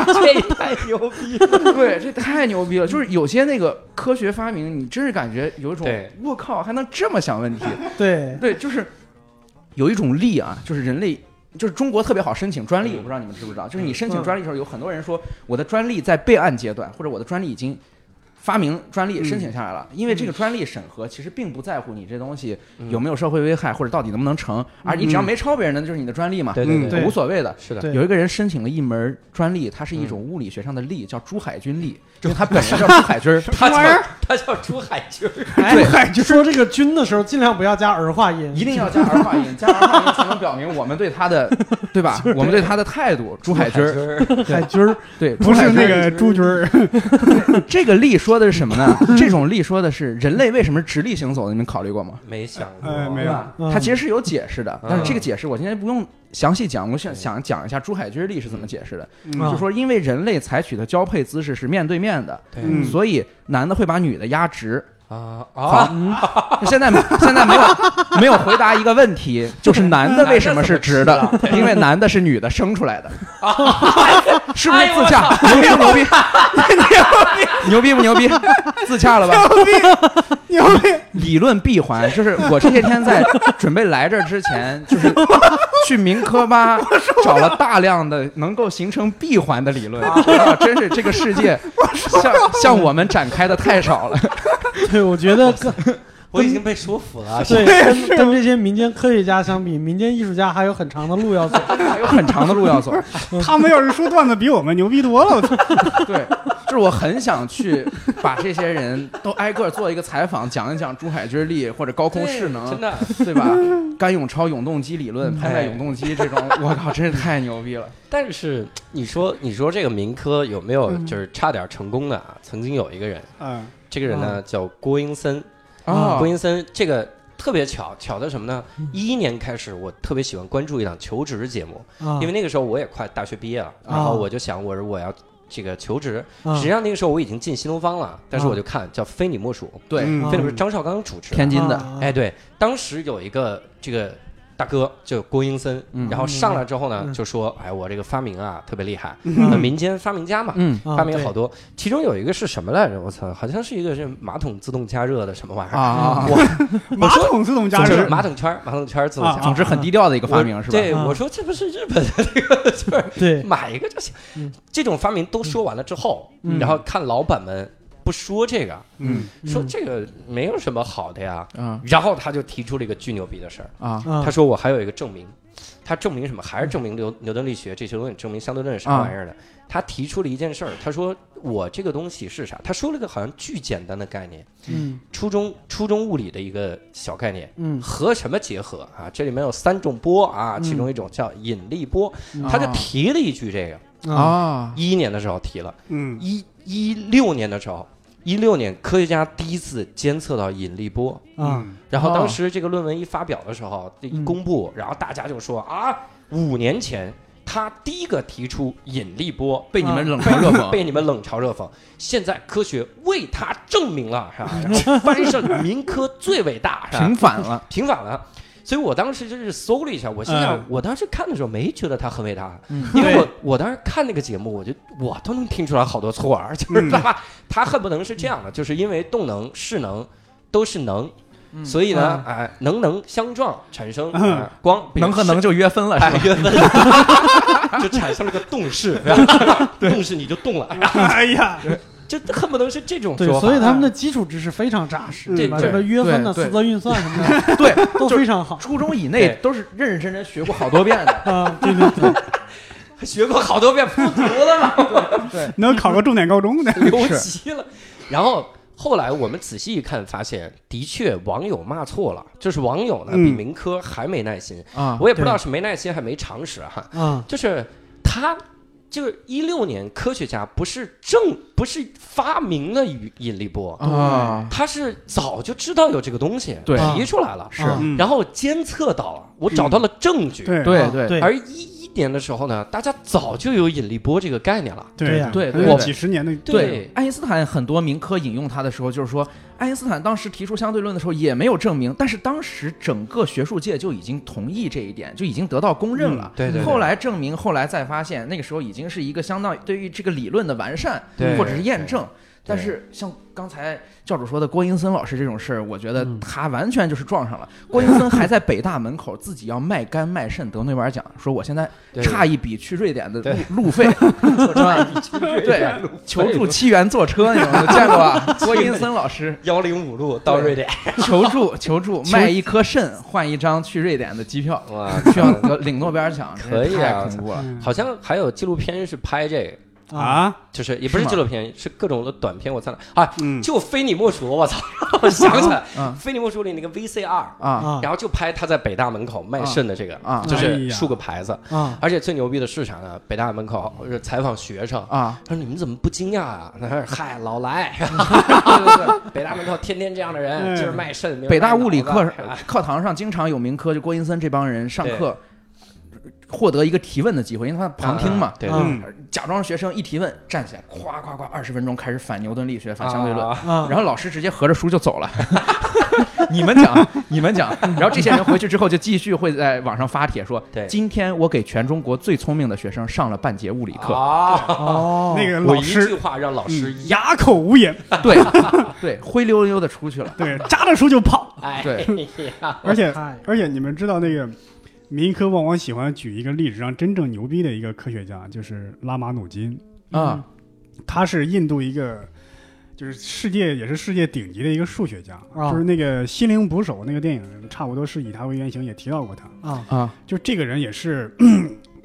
这也太牛逼了。对，这太牛逼了！就是有些那个科学发明，你真是感觉有一种对我靠，还能这么想问题？对，对，就是有一种力啊，就是人类。就是中国特别好申请专利，我不知道你们知不知道。就是你申请专利的时候，有很多人说我的专利在备案阶段，或者我的专利已经发明专利申请下来了。因为这个专利审核其实并不在乎你这东西有没有社会危害，或者到底能不能成，而你只要没抄别人的，就是你的专利嘛，对对嗯无所谓的。是的，对有一个人申请了一门专利，它是一种物理学上的力，叫朱海军力，因为他本人叫朱海军儿。他什么玩意叫他叫朱海军儿，对哎，就说这个“君”的时候，尽量不要加儿化音，一定要加儿化音，加儿化音才能表明我们对他的，对吧？我们对他的态度。朱海军儿，儿，海军儿。对，不朱海是军那儿个朱军儿，这个力说的是什么呢？这种力说的是人类为什么直立行走的，你们考虑过吗？没想过，哎对没有吧嗯它其实是有解释的，嗯但是这个解释我今天不用详细讲，我想想讲一下朱海军力是怎么解释的，嗯 就说因为人类采取的交配姿势是面对面的，对嗯所以男的会把女的压直。啊好啊，， 现在现在没有没有回答一个问题，就是男的为什么是直的？哎因为男的是女的生出来 的，是不是自洽？牛逼不牛逼？牛逼不牛 逼？自洽了吧？牛逼，理论闭环，就是我这些天在准备来这儿之前，就是去民科吧找了大量的能够形成闭环的理论，啊、真是这个世界向向我们展开的太少了。嗯对，我觉得跟我已经被说服了。 对跟跟这些民间科学家相比，民间艺术家还有很长的路要走。哎还有很长的路要走。他们要是说段子比我们牛逼多了，我操， 对，就是我很想去把这些人都挨个做一个采访，讲一讲珠海之力或者高空势能，真的，对吧？甘永超永动机理论、拍卖哎永动机这种，我靠，真是太牛逼了！但是你说，你说这个民科有没有嗯就是差点成功的啊？曾经有一个人，嗯这个人呢叫郭英森， 啊郭英森这个特别巧，巧在什么呢？嗯一一年开始，我特别喜欢关注一档求职节目，啊，因为那个时候我也快大学毕业了，然啊后我就想，我说我要这个求职。嗯实际上那个时候我已经进新东方了，但啊是我就看叫《非你莫属对，嗯》，非你莫属，张绍刚主持的。天津的，的哎，，对，当时有一个这个大哥就郭英森，嗯然后上来之后呢，嗯就说：“哎，我这个发明啊特别厉害，嗯呃民间发明家嘛。”嗯啊发明了好，多，其中有一个是什么来着？我操，好像是一个是马桶自动加热的什么玩意儿啊，我马桶自动加就是热，马桶圈儿，马桶圈儿自动加啊热。总之很低调的一个发明是吧？对，啊我说这不是日本的这个，就是对， 买一个就行嗯。这种发明都说完了之后，嗯然后看老板们不说这个，嗯说这个没有什么好的呀。嗯然后他就提出了一个巨牛逼的事儿，啊啊他说我还有一个证明，他证明什么？还是证明牛牛顿力学这些东西，证明相对论是什么玩意嗯儿的。他提出了一件事儿，他说我这个东西是啥？他说了一个好像巨简单的概念，嗯初中初中物理的一个小概念，嗯和什么结合啊？这里面有三种波啊，其中一种叫引力波，嗯他就提了一句这个，啊啊一一年的时候提了，嗯一一六年的时候，一六年科学家第一次监测到引力波，嗯啊，然后哦当时这个论文一发表的时候，一嗯公布，然后大家就说啊，五年前他第一个提出引力波。被你们冷嘲热讽， 被你们冷嘲热讽，现在科学为他证明了，是吧？然后翻上民科最伟大，是吧？平反了。平反了。所以我当时就是搜了一下，我心想，嗯我当时看的时候没觉得他很伟大，嗯因为我我当时看那个节目，我就我都能听出来好多错儿，就是嗯他、他恨不能是这样的，就是因为动能、势能都是能，嗯所以呢，哎、能能相撞产生、嗯哎光，能和 能就约分了，哎是吧？缘分就产生了个动势，是吧动势你就动了， 哎呀，就恨不能是这种对说，法。哎所以他们的基础知识非常扎实，嗯吧？对这个约分呢、对四则运算什么的对，都非常好初中以内对都是认认真真学过好多遍的。啊，对对对，学过好多遍，复读了嘛。 能考个重点高 中的，留是级了。然后后来我们仔细一看，发现的确网友骂错了，就是网友呢比嗯民科还没耐心， 啊，我也不知道是没耐心还没常识哈，啊就是他。就是一六年，科学家不是正不是发明了引引力波，啊，他是早就知道有这个东西，对提出来了，是啊嗯然后监测到了，我找到了证据。对对啊对对，而一一年的时候呢，大家早就有引力波这个概念了，对呀对还对有对几十年的，对爱因斯坦很多民科引用他的时候，就是说，爱因斯坦当时提出相对论的时候也没有证明，但是当时整个学术界就已经同意这一点，就已经得到公认了。嗯对对对后来证明，后来再发现，那个时候已经是一个相当于对于这个理论的完善对或者是验证。但是像刚才教主说的郭英森老师这种事儿，我觉得嗯他完全就是撞上了。郭英森还在北大门口自己要卖肝卖肾得诺贝尔奖，说我现在对差一笔去瑞典的对路 路费，是吧？ 啊对，求助七元坐车，你们见过 吧？郭英森老师幺零五路到瑞典，求助求助，卖一颗肾换一张去瑞典的机票，哇，需要得领诺贝尔奖，可以啊真是太恐怖了。嗯好像还有纪录片是拍这个，啊，就是也不是是吗纪录片，是各种的短片。我操啊，嗯，就非你莫属！我 操，我想起来，嗯非你莫属里那个 VCR，啊啊然后就拍他在北大门口卖肾的这个，啊就哎是呀竖个牌子。啊而且最牛逼的是啥呢？北大门口呃采访学生。啊！他说：“你们怎么不惊讶啊？”他说：“ 嗨，老来，北大门口天天这样的人，嗯就是卖肾。明儿北大卖脑物理子课哎课堂上经常有民科，就郭英森这帮人上课获得一个提问的机会，因为他旁听嘛啊，对，啊对嗯假装学生一提问站起来，咵咵咵，二十分钟开始反牛顿力学、反啊相对论。啊，然后老师直接合着书就走了。 你们讲，你们讲。然后这些人回去之后就继续会在网上发帖说对：“今天我给全中国最聪明的学生上了半节物理课。啊，哦，那个我老一句师话让老师嗯哑口无言，对对，灰溜溜的出去了。对，扎着书就跑，哎对呀，而且太而且你们知道那个。民科往往喜欢举一个例子，让真正牛逼的一个科学家，就是拉马努金，啊他是印度一个，就是世界也是世界顶级的一个数学家，啊就是那个《心灵捕手》那个电影，差不多是以他为原型，也提到过他。 啊啊就这个人也是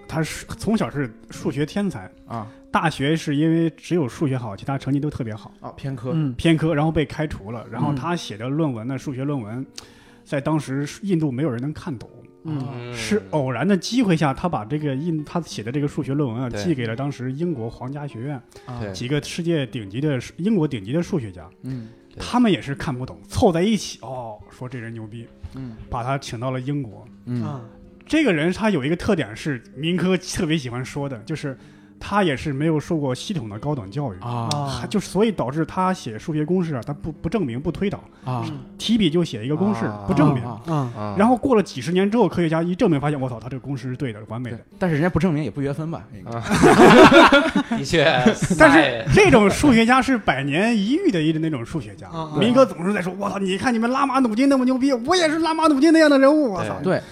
他是从小是数学天才，啊大学是因为只有数学好，其他成绩都特别好，哦偏科，嗯偏科，然后被开除了。然后嗯他写的论文呢，数学论文，在当时印度没有人能看懂。嗯是偶然的机会下，他把这个印他写的这个数学论文啊，对寄给了当时英国皇家学院啊对几个世界顶级的英国顶级的数学家，嗯对他们也是看不懂，凑在一起哦，说这人牛逼，嗯把他请到了英国。嗯啊这个人他有一个特点是民科特别喜欢说的，就是他也是没有受过系统的高等教育，啊啊，就是所以导致他写数学公式啊，他不不证明不推导，啊，嗯提笔就写一一个公式不证明。啊啊，然后过了几十年之后，科学家一证明发现，我操，他这个公式是对的，完美的。但是人家不证明也不约分吧？应该啊，的 确，但塞是这种数学家是百年一遇的一那种数学家啊，啊民哥总是在说，我操，你看你们拉马努金那么牛逼，我也是拉马努金那样的人物，我操对。对，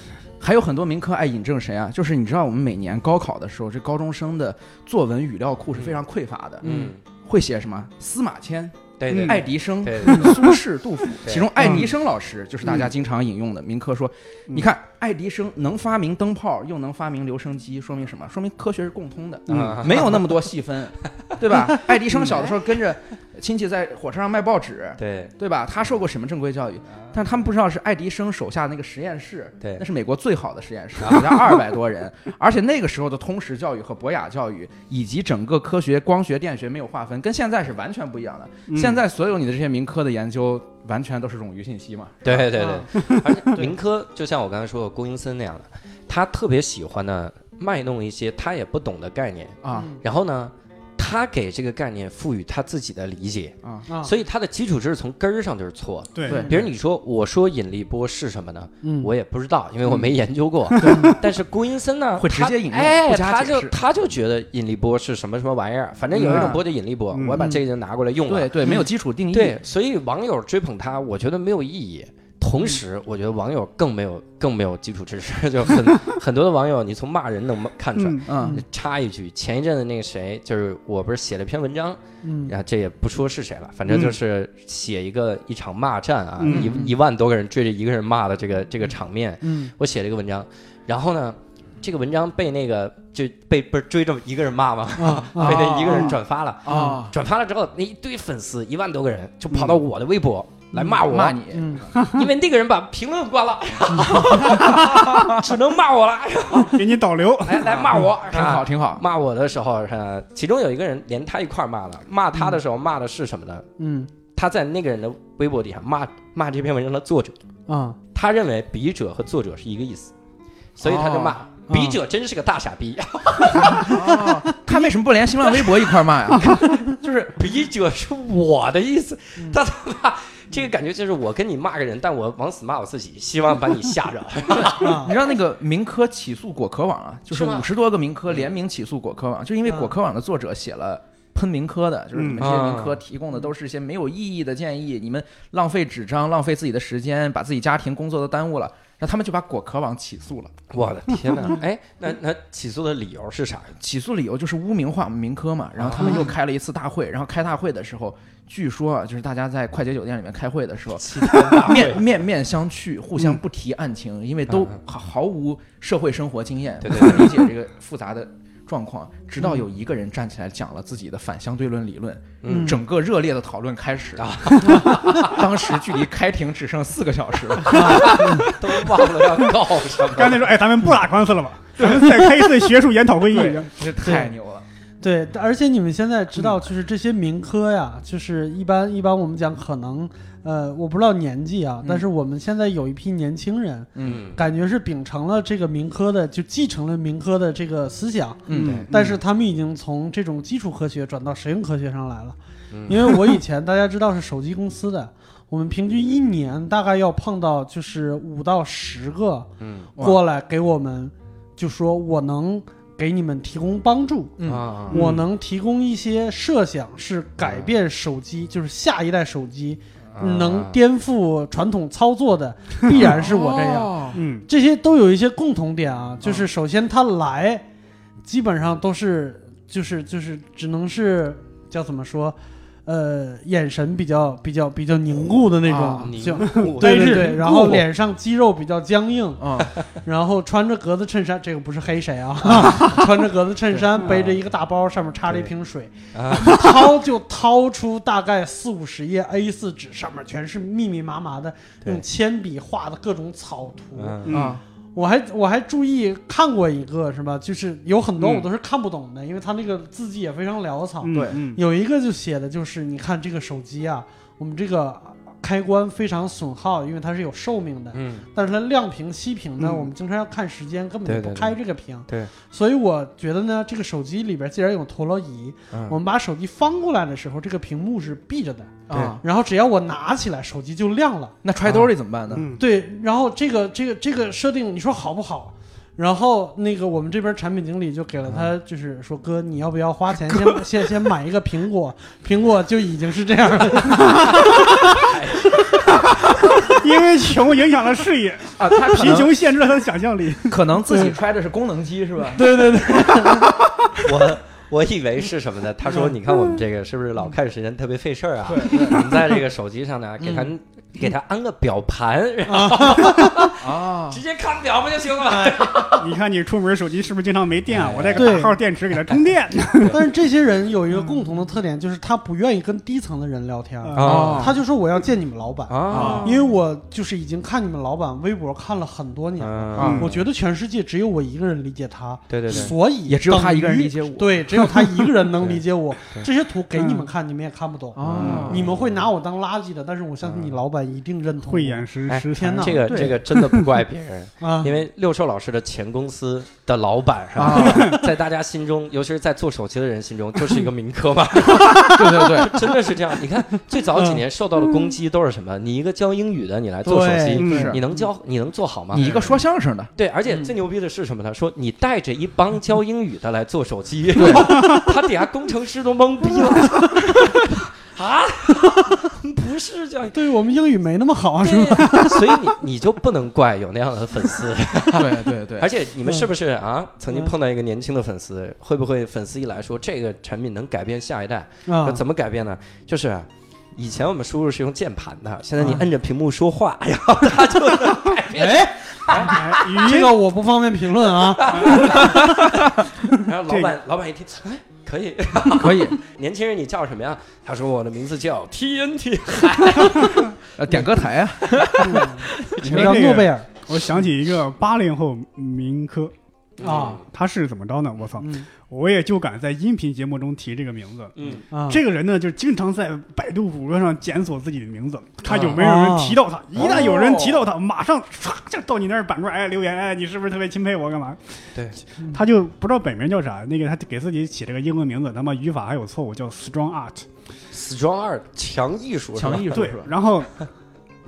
还有很多民科爱引证谁啊？就是你知道我们每年高考的时候，这高中生的作文语料库是非常匮乏的，嗯，会写什么？司马迁、对嗯对，哎爱迪生、嗯对对苏轼、杜甫，对其中爱迪生老师就是大家经常引用的。民科说，嗯你看爱迪生能发明灯泡，又能发明留声机，说明什么？说明科学是共通的，嗯啊没有那么多细 分，对吧？爱迪生嗯小的时候跟着亲戚在火车上卖报纸，对对吧？他受过什么正规教育？嗯但他们不知道是爱迪生手下那个实验室，对那是美国最好的实验室，底下二百 多人，而且那个时候的通识教育和博雅教育，以及整个科学、光学、电学没有划分，跟现在是完全不一样的。嗯现在所有你的这些民科的研究，完全都是冗余信息嘛。对对对，而嗯且民科就像我刚才说的郭英森那样的，他特别喜欢呢卖弄一些他也不懂的概念，啊然后呢，他给这个概念赋予他自己的理解，啊嗯啊，所以他的基础知识从根儿上就是错的。对对比如你说我说引力波是什么呢？嗯我也不知道，因为我没研究过。 但是郭英森呢，嗯会直他接引用哎，不加他解就释他就觉得引力波是什么什么玩意儿，反正有一种波叫引力波，嗯我把这个就拿过来用了。对对，没有基础定义。对，所以网友追捧他，我觉得没有意义。嗯同时，我觉得网友更没有更没有基础知识， 就 很很多的网友，你从骂人能看出来。嗯嗯插一句，前一阵子那个谁，就是我不是写了篇文章，嗯然后这也不说是谁了，反正就是写一个一场骂战啊，嗯一一万多个人追着一个人骂的这个这个场面， 嗯我写了一个文章，然后呢，这个文章被那个就被不是追着一个人骂吗？啊哦 被那一个人转发了，啊，转发了之后，那一堆粉丝一万多个人就跑到我的微博来骂我，骂你嗯 因为那个人把评论关了，只能骂我了，给你导流，来来骂我，挺好挺好。骂我的时候，呃，其中有一个人连他一块儿骂了。骂他的时候骂的是什么呢？嗯他在那个人的微博底下骂骂这篇文章的作者，啊 他认为笔者和作者是一个意思，所以他就骂、哦笔者真是个大傻逼，啊哦他为什么不连新浪微博一块儿骂呀？就是笔者是我的意思嗯。他他妈这个感觉就是我跟你骂个人，但我往死骂我自己，希望把你吓着。啊嗯你知道那个民科起诉果壳网啊，就是是吗五十多个民科联名起诉果壳网，就因为啊果壳网的作者写了。喷民科的，就是你们嗯这些民啊科提供的都是一些没有意义的建议，你们浪费纸张，浪费自己的时间，把自己家庭工作都耽误了。那他们就把果壳网起诉了，我的天哪！哎，那那起诉的理由是啥？起诉理由就是污名化我们民科嘛。然后他们又开了一次大会，然后开大会的时候，据说啊，就是大家在快捷酒店里面开会的时候， 面面面相觑，互相不提案情，因为都嗯毫毫无社会生活经验，对对无法理解这个复杂的状况。直到有一个人站起来讲了自己的反相对论理论，嗯整个热烈的讨论开始。啊 当时距离开庭只剩四个小时 了，都忘了要告什么。刚才说，哎，咱们不打官司了吧？咱们再开一次学术研讨会议。对，这太牛了。对，而且你们现在知嗯道，就是这些民科呀，就是一般一般我们讲可能，呃，我不知道年纪啊，嗯但是我们现在有一批年轻人，嗯，感觉是秉承了这个民科的，就继承了民科的这个思想，嗯，但是他们已经从这种基础科学转到实用科学上来了。嗯嗯因为我以前大家知道是手机公司的，我们平均一年大概要碰到就是五到十个嗯哇过来给我们，就说我能给你们提供帮助。嗯啊我能提供一些设想，是改变手机，嗯就是下一代手机啊能颠覆传统操 作的，必然是我这哦样。样。嗯，这些都有一些共同点嗯啊，就是首先他来，基本上都是就是就是只能是叫怎么说，呃眼神比较比较比较凝固的那啊种，凝就固对呆对滞对，然后固脸上肌肉比较僵硬，啊，然后穿着格子衬 衫，这个不是黑谁啊， 穿着格子衬衫，背着一个大包，上面插着一瓶水，啊，掏就掏出大概四五十页 A 4纸，上面全是密密麻麻的对用铅笔画的各种草图。嗯，嗯啊，我还我还注意看过一个是吧，就是有很多嗯我都是看不懂的，因为他那个字迹也非常潦草。嗯对嗯有一个就写的就是，你看这个手机啊，我们这个开关非常损耗，因为它是有寿命的。嗯，但是它亮屏熄屏呢，嗯我们经常要看时间，根本就对对不对开这个屏。对，所以我觉得呢，这个手机里边既然有陀螺仪，嗯我们把手机翻过来的时候，这个屏幕是闭着的，啊，然后只要我拿起来，手机就亮了。那揣兜里怎么办呢？嗯对，然后这个这个这个设定，你说好不好？然后那个我们这边产品经理就给了嗯他，就是说哥，你要不要花钱先先先买一个苹果？苹果就已经是这样了。 因为穷影响了视野，啊，他可贫能穷限制了他的想象力。可能自己揣的是功能机是吧？对对对，我我以为是什么呢？他说：“你看我们这个是不是老看时间特别费事儿啊？我们在这个手机上呢，给他给他安个表盘，然后啊，直接看表不就行了吗？ 你看你出门手机是不是经常没电啊？我带个哎对大号电池给它 充电。但是这些人有一个共同的特点，就是他不愿意跟低层的人聊天，嗯啊他就说我要见你们老板，嗯啊哦因为我就是已经看你们老板微博看了很多年了，啊嗯！我觉得全世界只有我一个人理解他，对对对，所以也只有他等于一个人理解我对，只有他一个人 能理解我对。对这些图给你们看，你们也看不懂，啊，嗯你们会拿我当垃圾的。但是我相信你老板一定认同我。慧眼识哎识才天哪这个对这个真的不怪别人，啊因为六兽老师的前公司的老板是吧，在大家心中，尤其是在做手机的人心中，就是一个民科嘛， 对对对，真的是这样。你看最早几年受到的攻击都是什么？你一个教英语的，你来做手对机，嗯是你能教你能做好吗？你一个说相声的，对，而且嗯最牛逼的是什么呢？说你带着一帮教英语的来做手机， 他底下工程师都懵逼了 啊！不是这样，对我们英语没那么好啊，是吧？对，所以你你就不能怪有那样的粉丝。对对对，而且你们是不是啊？嗯曾经碰到一个年轻的粉丝，会不会粉丝一来说这个产品能改变下一代？啊那，怎么改变呢？就是啊。以前我们输入是用键盘的，现在你摁着屏幕说话，哎 然后他就能改变。哎，哎语这音个我不方便评论 啊。然后老板老板一听，哎，可以， 可以，年轻人，你叫什么呀？他说我的名字叫 TNT。呃，点歌台啊，我们叫诺贝尔我想起一个八零后民科，啊，他是怎么着呢？我操，嗯我也就敢在音频节目中提这个名字。嗯，啊，这个人呢，就经常在百度谷歌上检索自己的名字，看有没有人提到他。嗯一旦有人提到他，马上唰就到你那儿板块哎留言哎，你是不是特别钦佩我干嘛？对，嗯他就不知道本名叫啥，那个他给自己起了个英文名字，他妈语法还有错误，叫 Strong Art。 strong 二强艺术，强艺术对是吧，？ 然后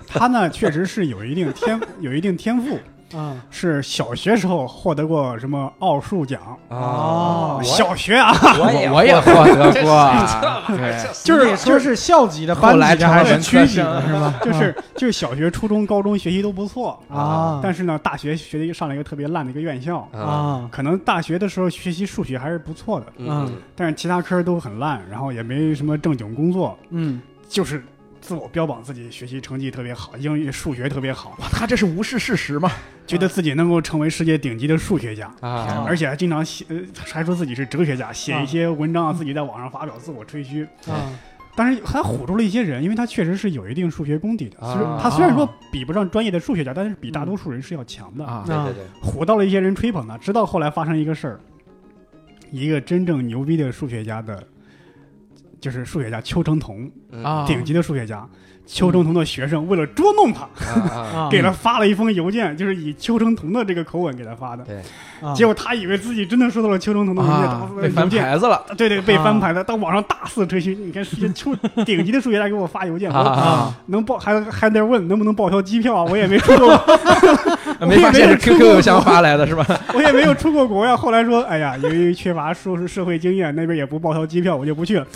他呢，确实是有一定天有一定天赋，啊是小学时候获得过什么奥数奖。哦啊！小学啊，我 也哎我也获得这过这玩啊，意儿对，就是你得说是校级的，后班来级的成了还文是科区级啊生的是吧？就是就是小学、初中、高中学习都不错，嗯啊但是呢，大学学的上了一个特别烂的一个院校。啊，啊可能大学的时候学习数学还是不错的，嗯，但是其他科都很烂，然后也没什么正经工作，嗯，就是自我标榜自己学习成绩特别好，英语、数学特别好，哇， 他这是无视事实嘛？觉得自己能够成为世界顶级的数学家。啊，而且还经常写，呃还说自己是哲学家，写一些文章啊，自己在网上发表，自我吹嘘。啊但是他唬住了一些人，因为他确实是有一定数学功底的。啊嗯虽然他虽然说比不上专业的数学家，但是比大多数人是要强的。啊，对对对，唬到了一些人吹捧他，直到后来发生一个事儿，一个真正牛逼的数学家的，就是数学家邱成桐，嗯啊顶级的数学家。邱成桐的学生为了捉弄他，啊，啊，给他发了一封邮件，就是以邱成桐的这个口吻给他发的。对，啊结果他以为自己真的收到了邱成桐的邮件啊，被，翻邮件牌啊子 了对对，被翻牌的，到网上大肆吹嘘。你看，这出 顶级的数学家给我 发邮件，我啊能报还还在问能不能报销机票啊？我也没出过， 没发现是 QQ 邮箱发来的是吧？我也没有出过国呀。后来说，哎呀，由于缺乏硕士社会经验，那边也不报销机票，我就不去了。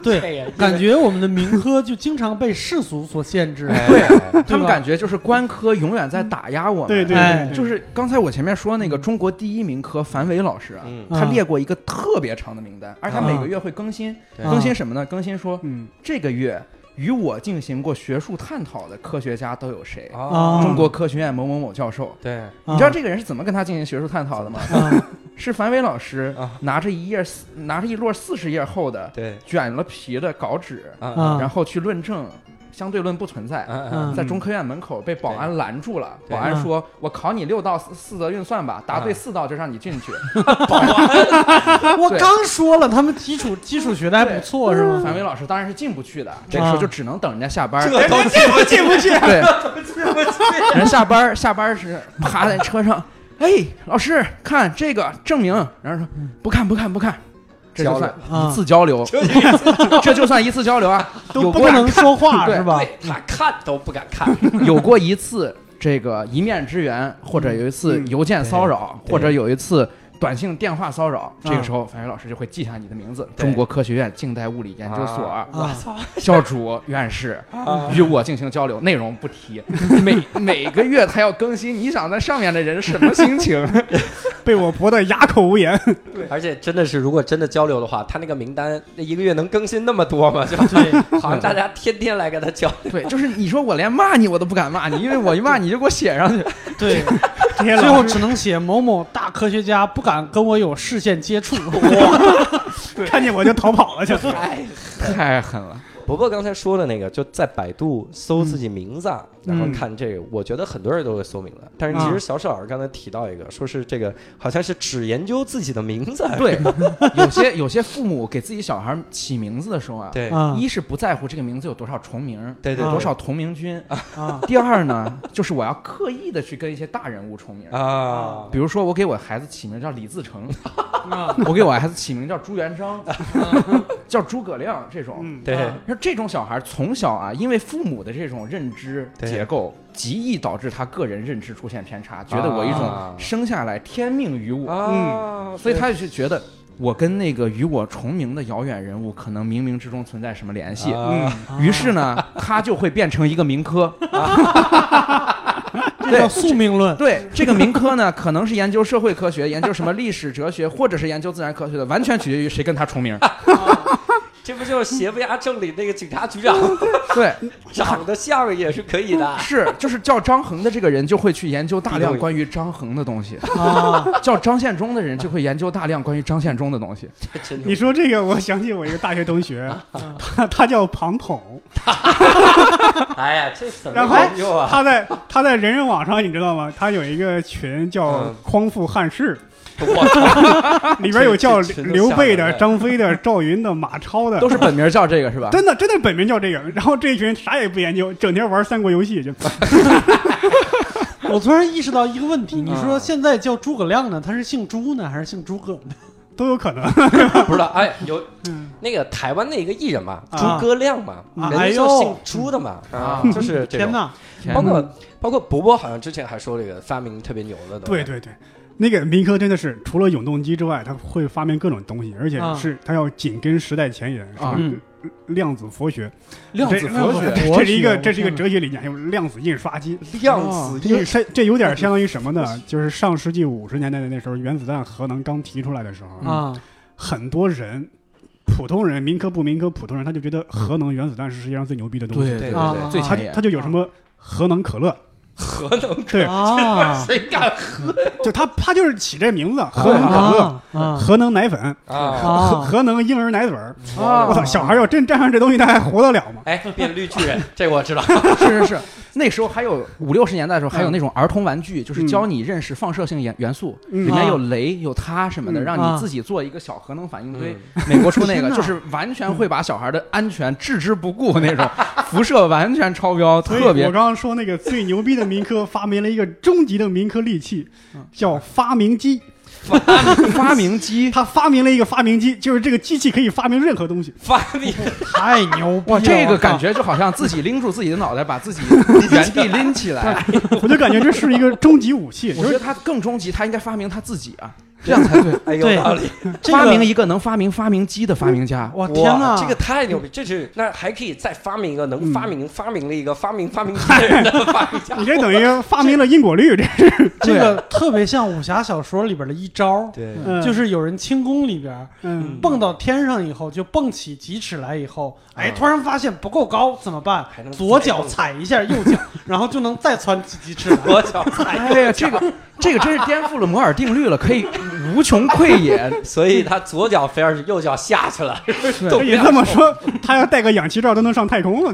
对，对感觉我们的民科就经常被世俗所限制。哎对，他们吧感觉就是官科永远在打压我们。对对哎对，就是是刚才我前面说那个中国第一名科樊伟老师啊，嗯，他啊列过一个特别长的名单，而且他每个月会更新，对嗯啊更新什么呢？更新说嗯，这个月与我进行过学术探讨的科学家都有谁？哦，啊中国科学院某某某教授。对，啊你知道这个人是怎么跟他进行学术探讨的吗？啊是樊伟老师啊拿着一页四拿着一摞四十页厚的对，卷了皮的稿纸，啊啊 然后去论证相对论不存在。啊在中科院门口被保安拦住了，对啊保安说：“我考你六道四四则运算吧，答对四道就让你进去。啊我刚说了，他们基础基础学的还不错，是”吗？樊伟老师当然是进不去的，这个时候就只能等人家下班。啊哎这都进不进不去？对，人家下班下班时趴在车上，哎，老师看这个证明，然后说不看不看不看，这就算一次交流，这就算一次交流啊，有啊 都不过能说话对是吧？对他看都不敢看，有过一次这个一面之缘，或者有一次嗯邮件骚扰，对或者有一次短信电话骚啊扰，这个时候樊宇老师就会记下你的名字：对中国科学院近代物理研究所啊我操， 教主院士啊与我进行交流，内容不提。每 每个月他要更新，你想那上面的人什么心情？ 被我驳得哑口无言。 而且真的是，如果真的交流的话，他那个名单那一个月能更新那么多吗？ 就好像大家天天来跟他交对，就是你说我连骂你我都不敢骂你，因为我一骂你就给我写上去。对，这些最后老只能写某某大科学家不敢跟我有视线接触。师 看见我就逃 跑了，就是。哎 太狠了，伯伯刚才说的那个，就在百度搜自己名字，啊然后看这个，我觉得很多人都会搜名字。但是其实小沈老师刚才提到一个，说是这个好像是只研究自己的名字。啊对，有些有些父母给自己小孩起名字的时候 啊，对啊一是不在乎这个名字有多少重名，对对，有啊多少同名 君。 啊第二呢，就是我要刻意的去跟一些大人物重名，啊？比如说我给我孩子起名叫李自成，啊！我给我孩子起名叫朱元璋，叫诸葛亮这种。嗯，对那这种小孩从小啊，因为父母的这种认知对结构，极易导致他个人认知出现偏差，觉得我一啊种生下来天命于我，啊，所以他就觉得我跟那个与我重名的遥远人物可能冥冥之中存在什么联系。啊于是呢，他就会变成一个民科。这叫宿命论。对这个民科呢，可能是研究社会科学、研究什么历史、哲学，或者是研究自然科学的，完全取决于谁跟他重名。这不就是邪不压正里那个警察局长对，长得像也是可以 的？是就是叫张衡的这个人就会去研究大量关于张衡的东西，啊，叫张献忠的人就会研究大量关于张献忠的东西。这真的你说这个，我想起我一个大学同学，啊他他叫庞统，哎呀，这怎然么后研究啊？他在他在人人网上，你知道吗？他有一个群叫嗯“匡复汉室”，我操， 里边有叫这这群都刘备吓的、人张飞的、 赵云的、马超的，都是本名叫这个是吧？真的真的本名叫这个。然后这一群啥也不研究，整天玩三国游 戏就。我突然意识到一个问题，你说啊现在叫诸葛亮呢，他是姓朱呢，还是姓诸葛呢？都有可能， 不知道哎，有嗯那个台湾的一个艺人嘛，诸啊葛亮嘛，啊人家哎就呦嗯姓朱的嘛，啊就是这天种。哪！嗯天包哪括包括伯伯好像之前还说这个发明特别牛的东对西，对对，那个民科真的是除了永动机之外，他会发明各种东西，而且啊是他要紧跟时代前沿，啊什嗯么量子佛学，量这子佛学，这佛这是一个学这是一个我天哪哲学理念，还有量子印刷机，量子这印就这这有点相当于什么呢？就是上世纪五十年代的那时候，原子弹、核能刚提出来的时候，啊很多人。普通人，民科不民科，普通人他就觉得核能、原子弹是世界上最牛逼的东西，对对对啊对，啊最他前沿他。就有什么核能可乐，核能，对，啊谁敢就他他就是起这名字，核能可乐，啊啊核能奶粉，啊？核啊！核能婴儿奶嘴儿。啊我操，小孩要真沾上这东西，他还活得了吗？哎，变绿巨人，这我知道。 是是是，那时候还有五六十年代的时候，还有那种儿童玩具，就是教你认识放射性元元素，嗯里面有镭、有它什么的，嗯让啊你自己做一个小核能反应堆。美国出那个，就是完全会把小孩的安全置之不顾那 种，辐射完全超标，所以特我别刚刚说那个最牛逼的民科发明了一个终极的民科利器，叫发明机。发明 机，他发明了一个发明机，就是这个机器可以发明任何东西。发明 太牛逼了！哇，啊这个我靠感觉就好像自己拎住自己的脑袋，把自己原地拎起来。 我就感觉这是一个终极武器，我就觉是得他更终极，他应该发明他自己啊，这样才对。哎有对道理，这个发明一个能发明发明机的发明家，哇天哇，哪，这个太牛逼！这是那还可以再发明一个能发嗯明、发明了一个发明发明机的人的发明 家。你这等于发明了因果律，这是这个特别像武侠小说里边的一招，对嗯就是有人轻功里边嗯，蹦到天上以后，就蹦起几尺来以后，哎，突然发现不够高怎么办还能？左脚踩一下右脚，然后就能再窜起几尺来。 我脚踩，哎呀，这个这个真是颠覆了摩尔定律了，可以无穷匮也。所以他左脚飞上去，右脚下去了。所以这么说，他要带个氧气罩都能上太空了。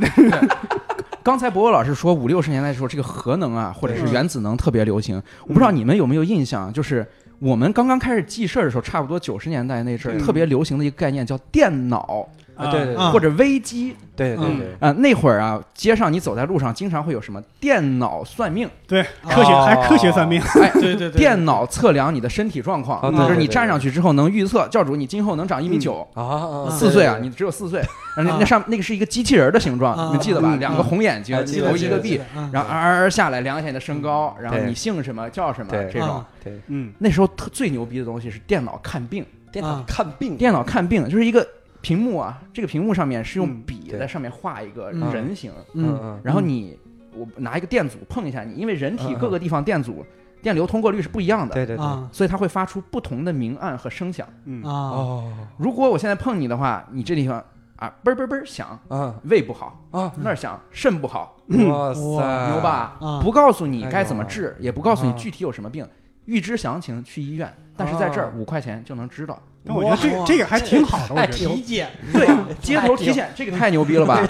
刚才博博老师说五六十年代的时候，这个核能啊，或者是原子能特别流行。我不知道你们有没有印象，就是我们刚刚开始记事儿的时候，差不多九十年代那阵儿、嗯特别流行的一个概念叫电脑、啊对对啊或者微机对对对，啊、那会儿啊，街上你走在路上，经常会有什么电脑算 命，对，科学还科学算命，哎，对 对对，电脑测量你的身体状况，啊对就是你对对站上去之后能预测，教主你今后能长一米九、啊，四岁啊，对你只有四 岁，然后那那上那个是一个机器人的形状，啊你们记得吧？嗯两个红眼睛啊，一记得头记一得个记臂得，嗯啊然后嗷嗷下来量一下你的身高，然后对你姓什么叫什么对这种啊。对嗯，那时候特最牛逼的东西是电脑看病，电脑啊看病，电脑看病就是一个屏幕啊，这个屏幕上面是用嗯笔对在上面画一个嗯人形，嗯嗯，嗯，然后你我拿一个电阻碰一下你，因为人体嗯嗯各个地方电阻电流通过率是不一样的，对对对，啊所以它会发出不同的鸣暗和声响。嗯啊哦，如果我现在碰你的话，你这地方啊嘣嘣嘣响，嗯胃不好，啊，那儿响，肾不好，哇哇塞，嗯牛？吧？啊不告诉你嗯哎呦该怎么治，也不告诉你啊具体有什么病，预知详情去医院。但是在这儿啊五块钱就能知道，但我觉得这这个还挺好的，我太觉体检，啊 对，街头体检这个太牛逼了吧？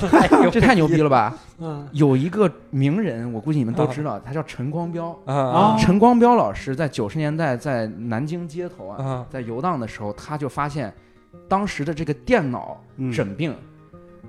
这太牛逼了吧？嗯有一个名人，我估计你们都知道，他叫陈光标。啊啊陈光标老师在九十年代在南京街头啊，啊在游荡的时候，他就发现当时的这个电脑得诊病，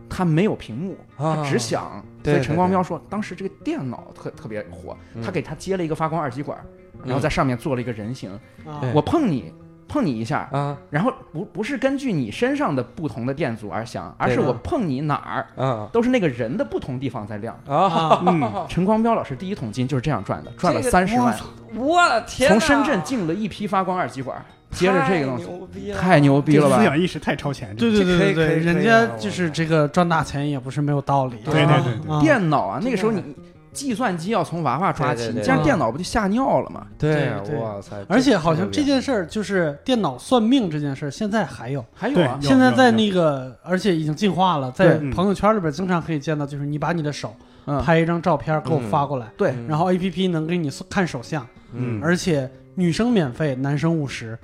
它没有屏幕，嗯啊它只响。对所对嗯以陈光标说，当时这个电脑特特别火，他给它接了一个发光二极管，然后在上面做了一个人形。啊对我碰你，碰你一下，啊然后不不是根据你身上的不同的电阻而响，而对是我碰你哪儿啊都是那个人的不同地方在亮。啊！啊嗯，陈光标老师第一桶金就是这样赚的，赚了这个三十万，我的天哪，从深圳进了一批发光二极管，接着这个东西西太牛 逼这了思吧？想意识太超前，对对对对对，这可以可以可以啊人家就是这个赚大钱也不是没有道理。对对对啊电脑啊，那个时候真的你计算机要从娃娃抓对起，对你对这嗯样电脑不就吓尿了吗？对，对对哇塞！而且好像这这件事儿就是电脑算命这件事儿，现在还有，还有啊，对有现在在那个，而且已经进化了，在对嗯朋友圈里边经常可以见到，就是你把你的手嗯，拍一张照片给我发过来，对，然后 A P P 能给你看手相，嗯而且女生免费，男生五十。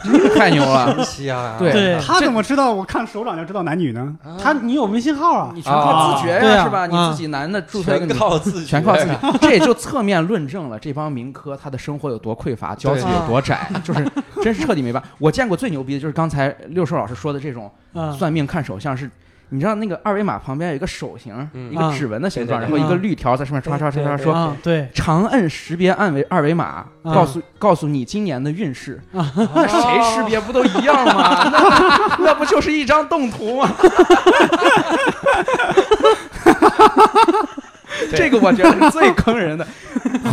太牛了。神奇啊，对对他怎么知道？我看手掌就知道男女呢？啊他你有微信号啊 你？全靠自觉啊对呀，啊是吧？你啊自己男的注册一个全女的靠自己，啊全靠自己， 这也就侧面论证了这帮民科他的生活有多匮乏，交际有多 窄，就是真是彻底没办法。我见过最牛逼的就是刚才六兽老师说的这种嗯，算命看手相是。你知道那个二维码旁边有一个手型，嗯一个指纹的形状，啊然后一个绿条在上面刷刷刷刷对对对说，啊，对，长按识别二维二维码，啊告诉告诉你今年的运势。那那谁识？别不都一样吗？那那不就是一张动图吗？这个我觉得是最坑人的，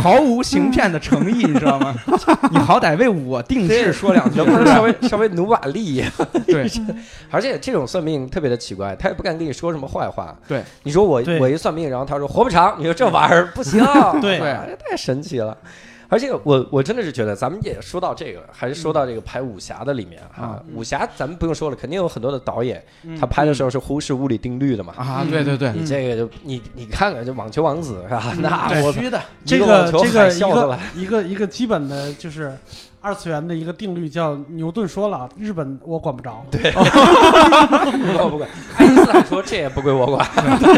毫无行骗的诚意，你知道吗？你好歹为我定制嗯说两句，能不能稍微稍微努把力？对， 而且这种算命特别的奇怪，他也不敢跟你说什么坏话。对，你说我对我一算命，然后他说活不长，你说这玩意儿不行，对哎太神奇了。而且我我真的是觉得，咱们也说到这个，还是说到这个拍武侠的里面啊，武侠咱们不用说了，肯定有很多的导演，他拍的时候是忽视物理定律的嘛。啊，对对对，你这个就你你看看这网球王子是吧？嗯那必我须的，这一个网球这个海一啸的个了，一个一个基本的就是二次元的一个定律叫牛顿说了，啊日本我管不着。对，我不管。 爱因斯坦说这也不归我管，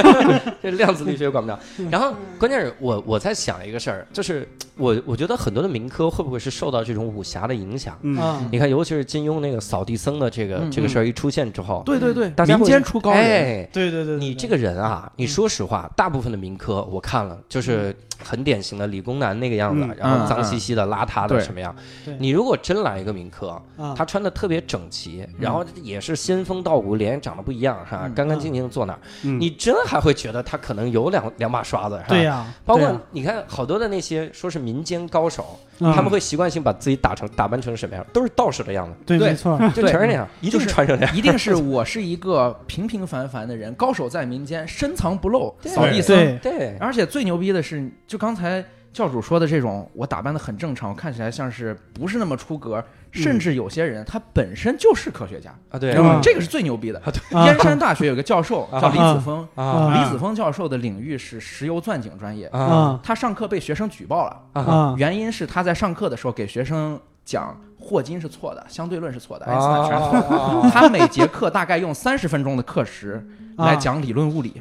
这量子力学管不了。然后关键是我我在想一个事儿，就是我我觉得很多的民科会不会是受到这种武侠的影响？嗯，嗯你看，尤其是金庸那个扫地僧的这个嗯这个事儿一出现之后，对对对，大家民会间出高人，哎，对对对，对你这个对人啊，嗯你说实话，大部分的民科我看了，就是很典型的理工男那个样子嗯，然后嗯脏兮兮的、邋遢的对什么样对。你如果真来一个民科，啊，他穿的特别整齐，然后也是仙风道骨，脸长得不一样，哈，嗯干干净净坐那儿，嗯你真还会觉得他可能有两 两把刷子，是吧对呀、包对括呀你看好多的那些说是民间高手，嗯他们会习惯性把自己打成打扮成什么样，都是道士的样子，对，对没 错，就全是那样，一定就是穿成那样。一定是我是一个平平凡凡的人，高手在民间，深藏不露，对扫地僧。对，对，而且最牛逼的是，就刚才教主说的这种，我打扮的很正常，我看起来像是不是那么出格，甚至有些人他本身就是科学家，啊嗯对知道吗嗯这个是最牛逼的。啊燕山大学有个教授啊叫李子峰，啊啊李子峰教授的领域是石油钻井专业，啊啊他上课被学生举报了，啊！啊原因是他在上课的时候给学生讲霍金是错的，相对论是错的，爱因斯坦是错的。 啊！ 他每节课大概用三十分钟的课时啊来讲理论物理，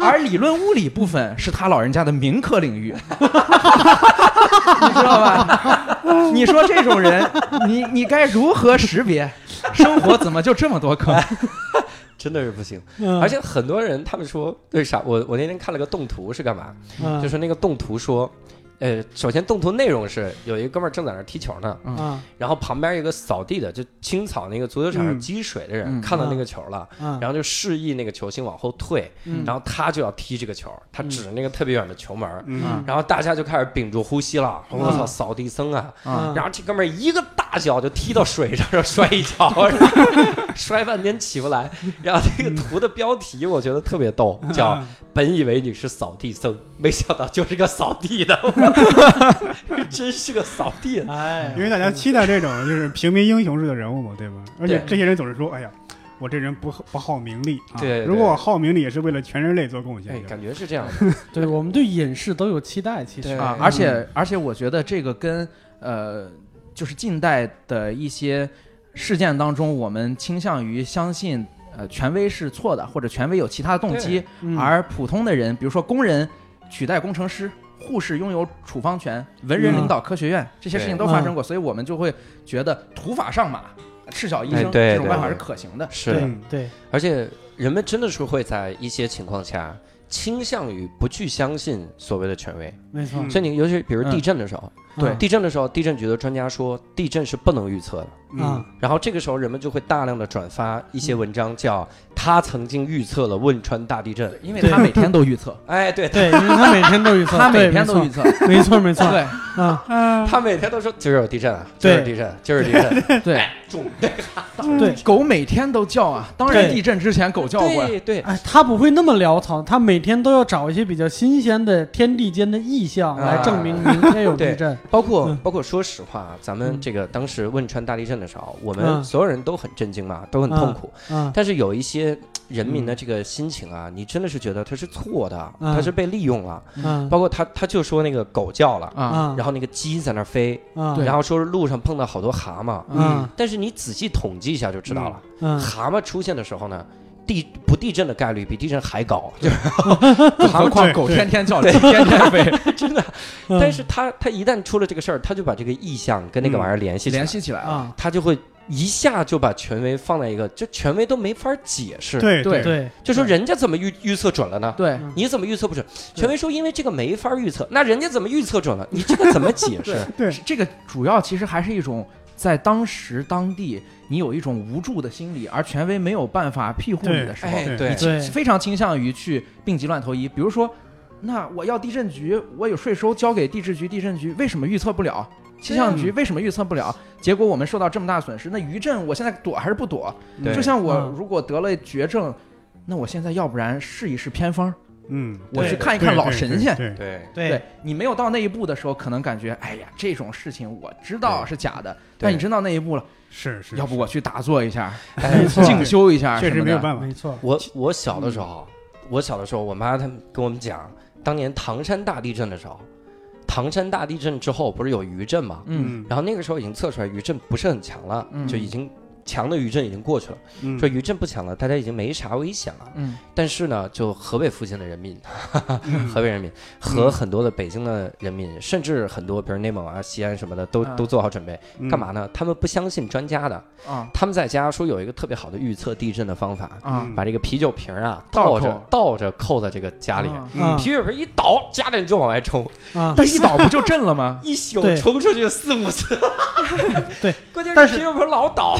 而理论物理部分是他老人家的民科领域，你知道吧？你说这种人，你你该如何识别？生活怎么就这么多坑？真的是不行，嗯而且很多人他们说为啥？我我那天看了个动图是干嘛？嗯就是那个动图说，呃，首先动图内容是有一个哥们儿正在那儿踢球呢，啊然后旁边一个扫地的，就清扫那个足球场上嗯积水的人，嗯看到那个球了，啊，然后就示意那个球星往后退，嗯然后他就要踢这个球，他指着那个特别远的球门儿，嗯然后大家就开始屏住呼吸了，说我操，嗯扫地僧啊！嗯然后这哥们儿一个大脚就踢到水上，然后摔一 跤，然后摔半天起不来。然后这个图的标题我觉得特别逗，叫“本以为你是扫地僧，没想到就是个扫地 的”，真是个扫地的。哎，因为大家期待这种就是平民英雄式的人物嘛，对吧？而且对这些人总是说，哎呀。我这人不不好名利啊！对对如果我好名利，也是为了全人类做贡哎，献。感觉是这样的。对我们对隐士都有期待，其实对啊！而且而且，我觉得这个跟呃，就是近代的一些事件当中，我们倾向于相信呃权威是错的，或者权威有其他动机，嗯而普通的人，比如说工人取代工程师。护士拥有处方权，文人嗯领导科学院，这些事情都发生过，所以我们就会觉得土法上马、赤脚医哎生、对这种对办法对是可行的。是对嗯对，而且人们真的是会在一些情况下倾向于不去相信所谓的权威，没错嗯嗯，所以你尤其是比如地震的时候，对地震的时候，地震局的专家说地震是不能预测的。啊嗯，然后这个时候，人们就会大量的转发一些文章，叫“他曾经预测了汶川大地震因为对他每天都预测，”。哎，对 对，因为他每天都预 测，他每对天都没预测，错没错没错 对啊，啊，他每天都说今儿有地震啊，今对儿有地震，今儿有地震，对，中对。狗每天都叫啊，当然对地震之前狗叫过呀，对对哎，他不会那么潦草，他每天都要找一些比较新鲜的天地间的异象来啊证明明天有地震。包括嗯包括，说实话，咱们这个当时汶川大地震的时候，我们嗯所有人都很震惊嘛，都很痛苦。啊但是有一些人民的这个心情啊，你真的是觉得他是错的，嗯他是被利用了。啊包括他，他就说那个狗叫了，啊，啊然后那个鸡在那儿飞，啊然后说是路上碰到好多蛤蟆。啊但是你仔细统计一下就知道了，啊蛤蟆出现的时候呢，地不地震的概率比地震还高，就是何况对狗对天天叫，天天飞，真的。嗯但是他他一旦出了这个事儿，他就把这个意象跟那个玩意儿联系起来联，系起来了。啊，他就会一下就把权威放在一个，就权威都没法解释。，对对对就说人家怎么预预测准了呢？对嗯你怎么预测不准？权威说因为这个没法预测，那人家怎么预测准了？你这个怎么解释？对是这个主要其实还是一种在当时当地你有一种无助的心理，而权威没有办法庇护你的时候，哎，对对，对是非常倾向于去病急乱投医。比如说，那我要地震局，我有税收交给地质局，地震局为什么预测不了？气象局为什么预测不了？结果我们受到这么大损失，那余震我现在躲还是不躲？对就像我嗯如果得了绝症，那我现在要不然试一试偏方，嗯，我对去看一看老对神仙。对对对对，你没有到那一步的时候，可能感觉哎呀，这种事情我知道是假的，但你真到那一步了，是是，要不我去打坐一下，哎没错静修一下，确实没有办法。没错，我我小的时候，嗯我小的时候，我妈他们跟我们讲，当年唐山大地震的时候，唐山大地震之后不是有余震嘛？嗯然后那个时候已经测出来余震不是很强了，嗯就已经强的余震已经过去了，嗯说余震不强了，大家已经没啥危险了。嗯但是呢，就河北附近的人民，嗯河北人民和很多的北京的人民，甚至很多比如内蒙啊、西安什么的，都啊都做好准备。嗯干嘛呢？他们不相信专家的，啊他们在家说有一个特别好的预测地震的方法，嗯 啊，把这个啤酒瓶啊倒倒扣着倒着扣在这个家里。啊啊啤酒瓶一倒，家里人就往外冲，啊， 但一倒不就震 了吗？一宿对冲出去四五次。对， 关键但是啤酒瓶老倒，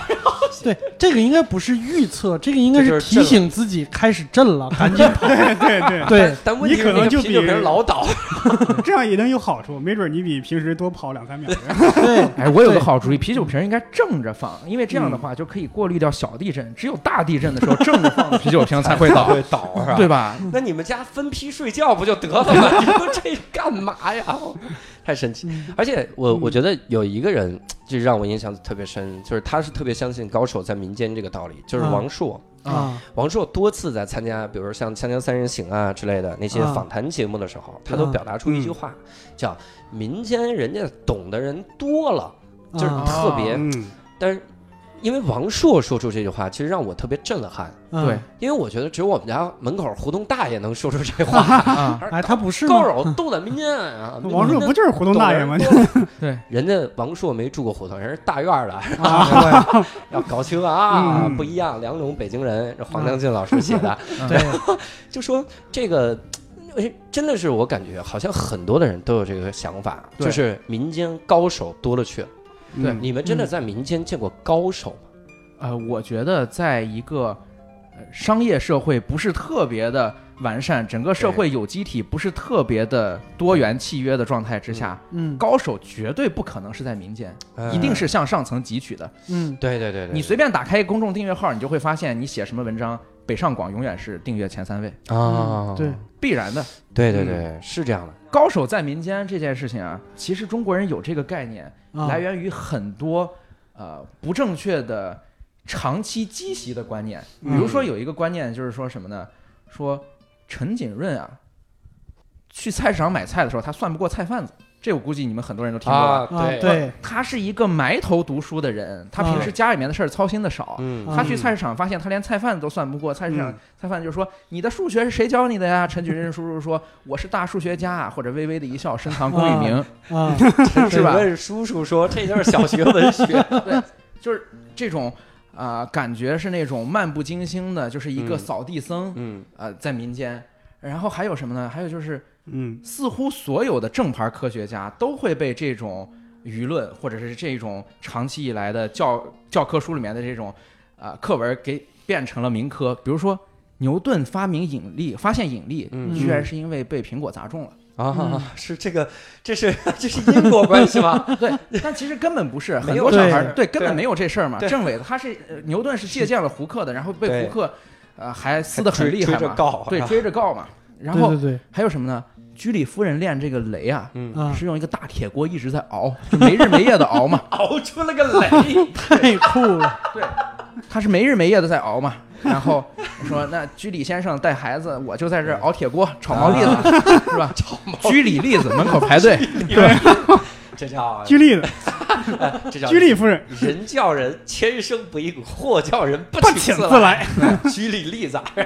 对，这个应该不是预测，这个应该这就是是提震了醒自己开始震了，赶紧跑。对对对，对，但问题是你可能那个就啤酒比瓶老倒。 这样也能有好处，没准你比平时多跑两 三秒。对，哎，我有个好主意，啤酒瓶应该正着放，因为这样的话就可以过滤掉小地震，只有大地震的时候正着放的啤酒瓶才会倒，会倒是吧？对吧？那你们家分批睡觉不就得了吗？你说这干嘛呀？ 太神奇！而且我我觉得有一个人就让我印象特别深，就是他是特别相信高手在民间这个道理，就是王朔。啊，王朔多次在参加，比如像《锵锵三人行》啊之类的那些嗯啊访谈节目的时候，他都啊表达出一句话，叫“民间人家懂的人多了”，就是啊特别。嗯，但是因为王朔说出这句话，其实让我特别震撼。啊对因为我觉得只有我们家门口胡同大爷能说出这 话，啊，还是哎，他不是高吗？手斗胆民间啊！嗯王朔不就是胡同大爷吗？ 对，人家王朔没住过胡同，人是大院儿的， 啊，要搞清啊，嗯不一样，两种北京人。这黄将进老师写的，对，就说这个。呃真的是我感觉，好像很多的人都有这个想法，对就是民间高手多了去了。嗯对你们真的在民间见过高手吗？呃，我觉得在一个呃商业社会不是特别的完善，整个社会有机体不是特别的多元契约的状态之下，嗯高手绝对不可能是在民间，嗯一定是向上层汲取的。嗯，对对对对，你随便打开公众订阅号，你就会发现你写什么文章，北上广永远是订阅前三位，嗯啊，嗯对必然的。对对对，嗯是这样的。高手在民间这件事情啊，其实中国人有这个概念，啊来源于很多呃不正确的长期积习的观念。比如说有一个观念就是说什么呢？说陈景润啊，去菜市场买菜的时候，他算不过菜贩子。这我估计你们很多人都听过吧。啊，啊，对，对，他是一个埋头读书的人，他平时家里面的事儿操心的少。嗯啊他去菜市场发现他连菜贩子都算不过，菜市场嗯菜贩子就说：“你的数学是谁教你的呀？”陈景润叔叔说：“我是大数学家啊，或者微微的一笑，深藏功与名。”啊， 是吧问叔叔说这就是小学文 学，就是这种啊、呃感觉是那种漫不经心的，就是一个嗯扫地僧，嗯，呃，在民间。然后还有什么呢？还有就是，嗯似乎所有的正牌科学家都会被这种舆论，或者是这种长期以来的教教科书里面的这种啊、呃课文给变成了民科。比如说，牛顿发明引力，发现引力，嗯居然是因为被苹果砸中了。啊，是这个，这是 这是因果关系吗？对，但其实根本不是，很没有多小这孩事儿儿对根本对没有这事儿嘛。对政委他是呃牛顿是借鉴了胡克的，然后被对胡克呃还 撕得很追厉害追着嘛，告，对，啊，追着告嘛。然对后对还有什么呢？居里夫人练这个雷啊，对，啊，是用一个大铁锅一直在熬，就没日没夜的熬嘛 熬出了个 雷，太 酷了，他是没日没夜的在熬嘛。然后说那居里先生带孩子，我就在这儿熬铁锅炒毛栗子，是吧？炒毛居里栗子门口排队， 这叫居丽的这叫居丽夫人 人叫人千声不应，货叫人不不请请自 自来。来，举例例子啊，对，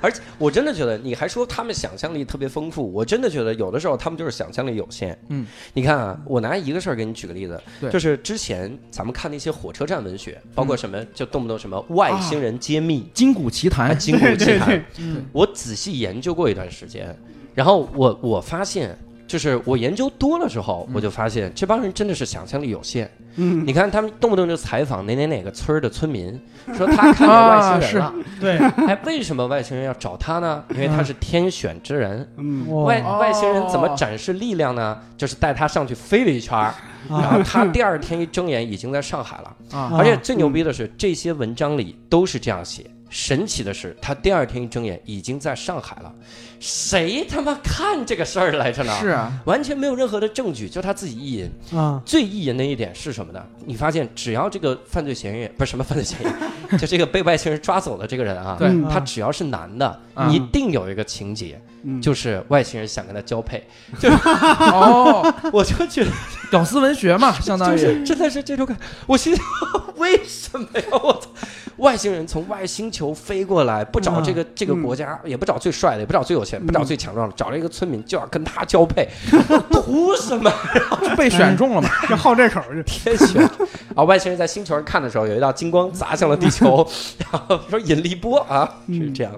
而且我真的觉得，你还说他们想象力特别丰富，我真的觉得有的时候他们就是想象力有限。嗯，你看啊，我拿一个事儿给你举个例子对，就是之前咱们看那些火车站文学，包括什么，就动不动什么外星人揭秘、筋骨奇啊、谭，金谷 对奇对谭，对，嗯我仔细研究过一段时间，然后我我发现，就是我研究多了之后，我就发现这帮人真的是想象力有限。嗯你看他们动不动就采访哪哪哪个村儿的村民，说他看见外星人了。对，哎，为什么外星人要找他呢？因为他是天选之人。嗯外哇，哦外星人怎么展示力量呢？就是带他上去飞了一圈儿，然啊后他第二天一睁眼已经在上海了。啊而且最牛逼的是，这些文章里都是这样写。神奇的是，他第二天一睁眼已经在上海了。谁他妈看这个事儿来着呢？是啊，完全没有任何的证据，就他自己意淫。 啊，最意淫的一点是什么呢？你发现只要这个犯罪嫌疑人不是什么犯罪嫌疑人， 就这个被外星人抓走的这个人啊，对他只要是男的，嗯一定有一个情节，嗯，就是外星人想跟他交配。 哦，我就觉得屌丝文学嘛，相当就于是真的是这种感，我心想为为什么呀？我操！外星人从外星球飞过来，不找这个、这个国家，也不找最帅的，也不找最有钱，不找最强壮的，找了一个村民就要跟他交配，图什么？ 被哎选中了嘛？ 要好这口儿， 天选啊！外星人在星球上看的时候，有一道金光砸向了地球，然后说引力波啊，是这样。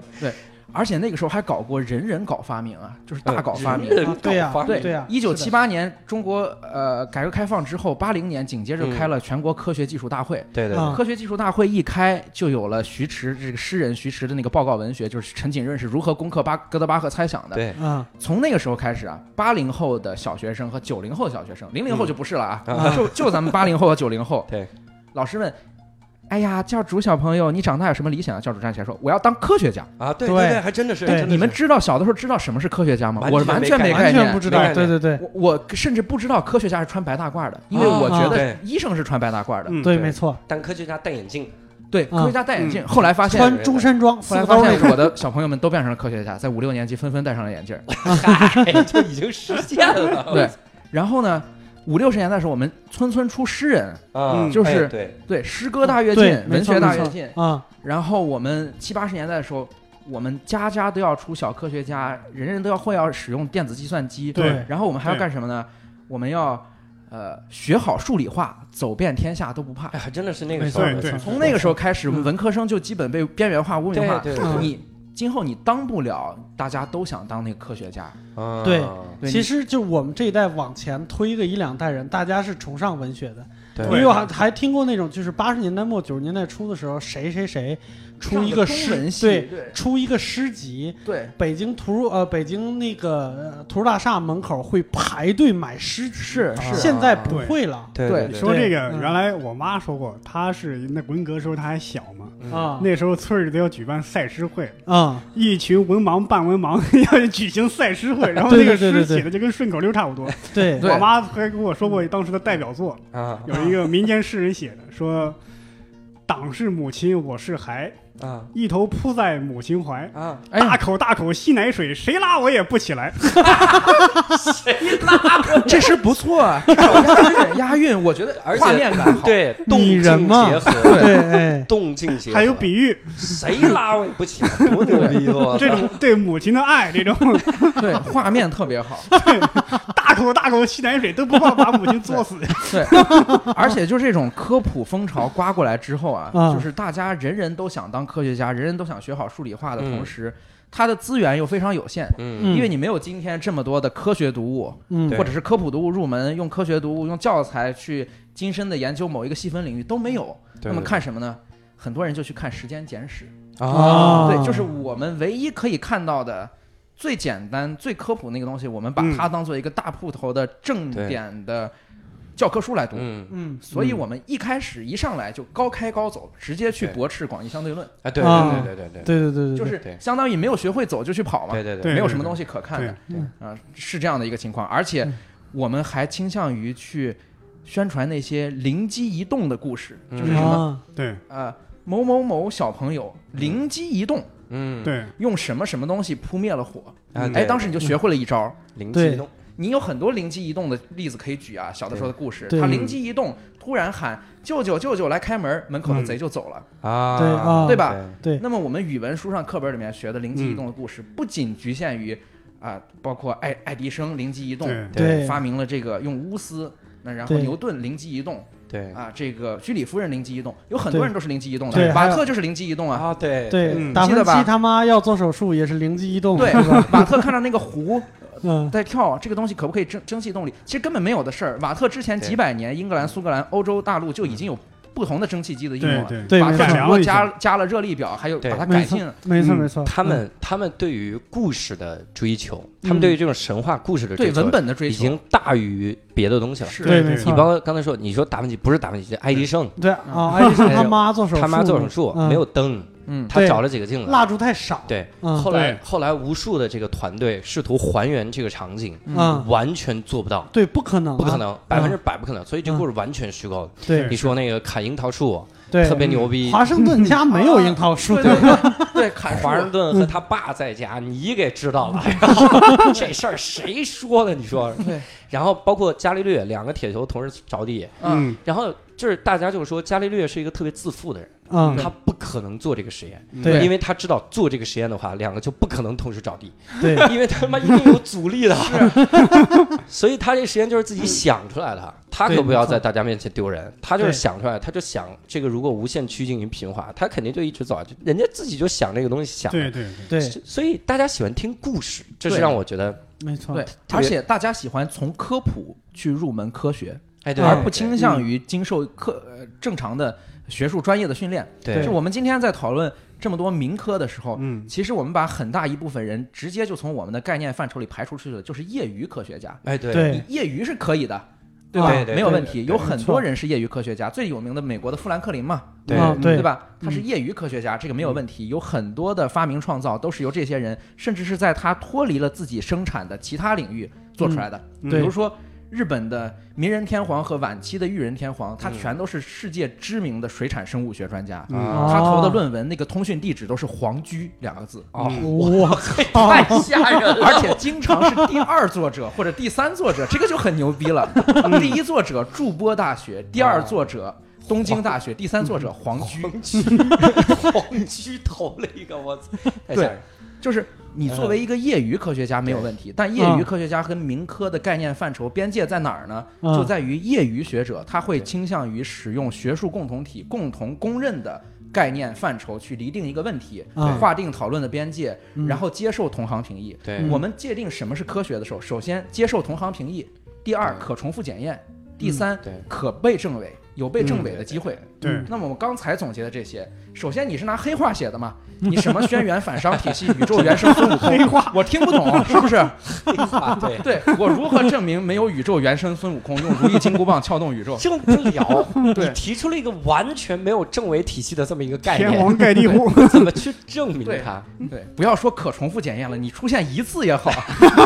而且那个时候还搞过人人搞发明啊，就是大搞发明。人啊对呀搞发对明对呀一九七是八年中国呃改革开放之后，八零年紧接着开嗯了全国科学技术大会。对对对啊科学技术大会一开，就有了徐迟这个诗人徐迟的那个报告文学，就是陈景润是如何攻克巴哥德巴赫猜想的。对，啊，从那个时候开始啊，八零后的小学生和九零后的小学生，零零后就不是了啊，嗯啊就就咱们八零后和九零 后。对，老师问，哎呀，教主小朋友，你长大有什么理想啊？教主站起来说，我要当科学家。啊，对对对，还真的是。真对的是你们知道小的时候知道什么是科学家吗？完全我完全没没完概全念不。知道没概，对念对对我我甚至不知道科学家是穿白大褂的，因为啊我觉对得医生是穿白大�褂的。嗯对，对没错，但科学家戴眼镜，对，科学家戴眼镜。后来发现，啊穿中山装，后四来个发兜那现种，我的小朋友们都变成了科学家，在五六年级纷纷戴上了眼镜。 嗨，就已经实现了。对，然后呢，五六十年代的时候，我们村村出诗人，啊，嗯就是哎对，对，诗歌大跃进、对，没文错学大没跃错进。啊，然后我们七八十年代的时候，我们家家都要出小科学家，人人都要会要使用电子计算机。对然后我们还要干什么呢？我们要呃学好数理化，走遍天下都不怕。哎，还真的是那个没时错候，没对错，从那个时候开始，嗯我们文科生就基本被边缘化、污名化。对对对你今后你当不了大家都想当那个科学家。啊对对其实就我们这一代往前推个一两代人，大家是崇尚文学的。对因为我还还听过那种，就是八十年代末九十年代初的时候，谁谁谁出一个中文诗，系，对，对出一个诗集，对北京图呃北京那个呃图书大厦门口会排队买诗集，是是现在不会了对对对说这个，嗯原来我妈说过，她是那文革时候她还小嘛，嗯啊那时候村里都要举办赛诗会，啊一群文盲半文盲 要举行赛诗会，然后对那个对对对诗对写的就跟顺口溜差不多。对对我妈还跟我说过当时的代表作，啊有一个民间诗人写的，说：“党是母亲，我是孩，啊一头扑在母亲怀。”啊，哎大呀，口大口吸奶水，谁拉我也不起来。 这诗不错啊，至少押韵押韵，我觉得而且画面感好。对，动拟静人嘛结合，对哎动静 结合，还有比喻，谁拉我也不起来，多牛逼！啊我这操 种对母亲的爱，这种对，画面特别好。大口大口吸奶水都不怕把母亲作死。 对，而且就是这种科普风潮刮过来之后啊，啊就是大家人人都想当科学家，人人都想学好数理化的嗯同时，它的资源又非常有限，嗯因为你没有今天这么多的科学读物嗯对或者是科普读物入门，用科学读物、用教材去精深的研究某一个细分领域都没有。对那么看什么呢？很多人就去看《时间简史》啊对，就是我们唯一可以看到的。最简单、最科普那个东西，我们把嗯它当做一个大铺头的正对点的教科书来读。嗯嗯所以我们一开始一上来就高开高走，直接去驳斥广义相对论，啊，对啊对对对对对对对对对就对是对相当于没有学会走就去跑嘛，对对对没有什么东西可看的对啊、对是这样的一个情况。而且嗯我们还倾向于去宣传那些灵机一动的故事，嗯就是什么、啊对呃某某某小朋友灵机一动，嗯对，用什么什么东西扑灭了火，啊哎，对当时嗯你就学会了一招。灵对机一动，你有很多灵机一动的例子可以举啊，小的时候的故事，对他灵机一动，突然喊“舅舅，舅舅，来开门”，嗯门口的贼就走了。啊，对啊对吧？对那么我们语文书上课本里面学的灵机一动的故事，不仅局限于啊、包括爱爱迪生灵机一动，嗯对对发明了这个用钨丝，那然后对牛顿灵机一动对啊，这个居里夫人灵机一动，有很多人都是灵机一动对的，马克就是灵机一动啊。啊，对对嗯达记芬得吧奇他妈要做手术也是灵机一动对是吧，马特看到那个湖 嗯在跳，这个东西可不可以蒸蒸汽动力？其实根本没有的事儿。马特之前对几百年，英格兰、苏格兰、欧洲大陆就已经有不同的蒸汽机的应用对了。对对马没克只错不过加加了热力表，还有对把它没改进错了。没错嗯没错，他们他们对于故事的追求，他们对于这种神话故事的追嗯对求文，本的追已求经大于别的东西了。是对对没对你错，包括刚才说，你说达芬奇不是达芬奇，是爱迪生，对啊，爱迪生他妈做手术，他哎妈做手术嗯没有灯，嗯，他对找了几个镜子。蜡烛太少，对，嗯后来对后来无数的这个团队试图还原这个场景，嗯，完全做不到，对，不可能，啊不可，能，百分之百不可能，所以这故事完全虚构的。嗯对你说那个砍樱桃树，对，嗯特别牛逼。华盛顿家没有樱 桃树，对对对，砍树华盛顿嗯和他爸在家，你给知道 了， 然后这事儿谁说的？你说对，然后包括伽利略两个铁球同时着地，嗯，嗯然后就是大家就说伽利略是一个特别自负的人，嗯，他不可能做这个实验，嗯对因为他知道做这个实验的话，两个就不可能同时着地，对， 因为他妈一定有阻力的， 所以他这实验就是自己想出来的，他可不要在大家面前丢人，他就是想出来，他就想这个如果无限趋近于平滑，他肯定就一直走下去，人家自己就想这个东西想，对对对，所所以大家喜欢听故事，这是对让我觉得，没错，对，特别而且大家喜欢从科普去入门科学，哎，对，而不清倾向于经受科呃正常的学术专业的训练。对就我们今天在讨论这么多民科的哦时候，嗯其实我们把很大一部分人直接就从我们的概念范畴里排除出去了，就是业余科学家。哎，对对你业余是可以的，对吧？对对没有对问题，有很没错多人是业余科学家，最有名的美国的富兰克林嘛，对啊嗯对对吧？他是业余科学家，这个没有问题。有很多的发明创造都是由这些人，甚至是在他脱离了自己生产的其他领域做出来的，比嗯对如说。日本的明仁天皇和晚期的裕仁天皇，他全都是世界知名的水产生物学专家。嗯他投的哦论文那个通讯地址都是“皇居”两个字，哦， 哇，太吓人了，而且经常是第二作者或者第三作者，这个就很牛逼了。第一作者筑波大学，第二作者东京大学，第三作者皇居。黄区，黄区投了一个，我操！哎太吓人了就是你作为一个业余科学家没有问题，但业余科学家跟民科的概念范畴边界在哪儿呢？嗯就在于业余学者他会倾向于使用学术共同体共同公认的。概念范畴去厘定一个问题，嗯划定讨论的边界，嗯 然后接受同行评议。对我们界定什么是科学的时候，首先接受同行评议，第二可重复检验，第三对可被证伪，有被证伪的机会。嗯对，那么我刚才总结的这些，首先你是拿黑话写的嘛？你什么轩辕反商体系、宇宙原生孙悟空？黑化我听不懂，是不是？啊对，对我如何证明没有宇宙原生孙悟空用如意金箍棒撬动宇宙？就不聊。对你提出了一个完全没有政委体系的这么一个概天念，王盖 地虎， 怎么去证明对它？对，不要说可重复检验了，你出现一次也好，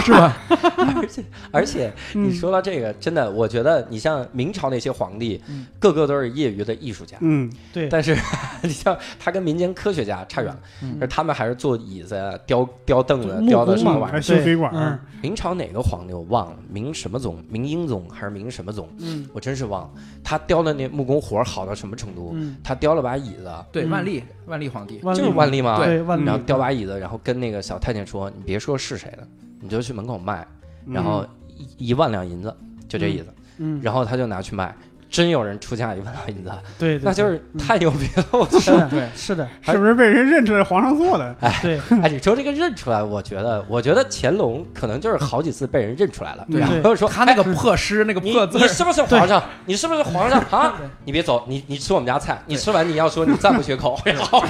是吧？而且而且嗯嗯你说到这个，真的，我觉得你像明朝那些皇帝，个个都是业余的艺术家。嗯，嗯对，但是 你像他跟民间科学家差远了，而他们还是坐椅子啊、雕雕凳子、嗯木雕的工什么嘛玩意还儿。修水管嗯儿，明朝哪个皇帝我忘了，明什么宗？明英宗还是明什么宗？嗯我真是忘了。他雕的那木工活儿好到什么程度？嗯，他雕了把椅子，对，万嗯历，万历皇帝，万就是历万历吗？对嗯万历然后吊把椅子，然后跟那个小太监说：“你别说是谁的，你就去门口卖，嗯然后一一万两银子，就这椅子。嗯，然后他就拿去卖，真有人出价一万两银子，对，对那就是嗯太牛逼了！我是觉得，的，是的，是不是被人认出来皇上做的？对，哎，你说这个认出来，我觉得，我觉得乾隆可能就是好几次被人认出来了，对然后说哎他那个破诗，嗯那个你破字你儿，是不是皇上？你是不是皇上啊？你别走，你你吃我们家菜，你吃完你要说你赞不绝口，然后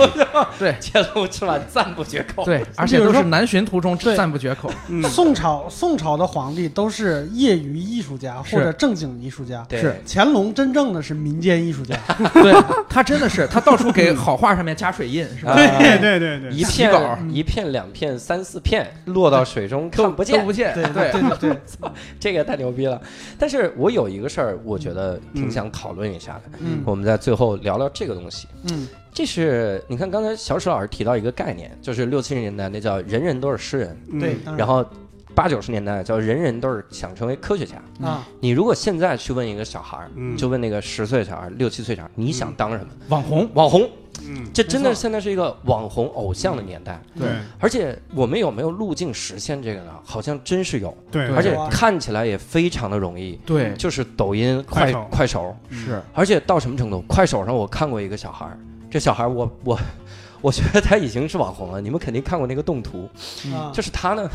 对乾隆吃完赞不绝口，对，而且比如都说是南巡途中对赞不绝 口。嗯，宋朝宋朝的皇帝都是业余艺术家是或者正经艺术家，对是乾隆真正的是民间艺术家，对他真的是，他到处嗯给好话上面加水印，是吧？啊对对对对，一片洗稿嗯一片两片三四片落到水中看不都见不，见，对对对对，这个太牛逼了。但是我有一个事儿，我觉得挺想讨论一下的。嗯我们在最后聊聊这个东西。嗯，这是你看刚才小史老师提到一个概念，就是六七十年代那叫人人都是诗人，嗯对，当然后八九十年代叫人人都是想成为科学家。啊，你如果现在去问一个小孩儿，嗯就问那个十岁小孩儿、六七岁小孩儿，你嗯想当什么？网红，网红，嗯，这真的现在是一个网红偶像的嗯年代。对而且我们有没有路径实现这个呢？好像真是有，对，而且有啊看起来也非常的容易，对，就是抖音、快快手快手，是而且到什么程度？快手上我看过一个小孩儿，这小孩儿我我我觉得他已经是网红了，你们肯定看过那个动图，啊就是他呢，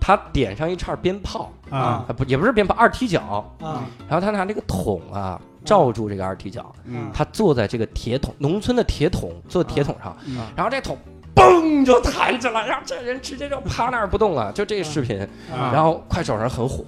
他点上一串鞭炮，啊，啊不也不是鞭炮，二踢脚，啊，然后他拿那个桶啊罩住这个二踢脚，嗯他坐在这个铁桶，农村的铁桶，坐铁桶上，嗯然后这桶嘣就弹起来，然后这人直接就趴那儿不动了，就这个视频。啊然后快手上很火，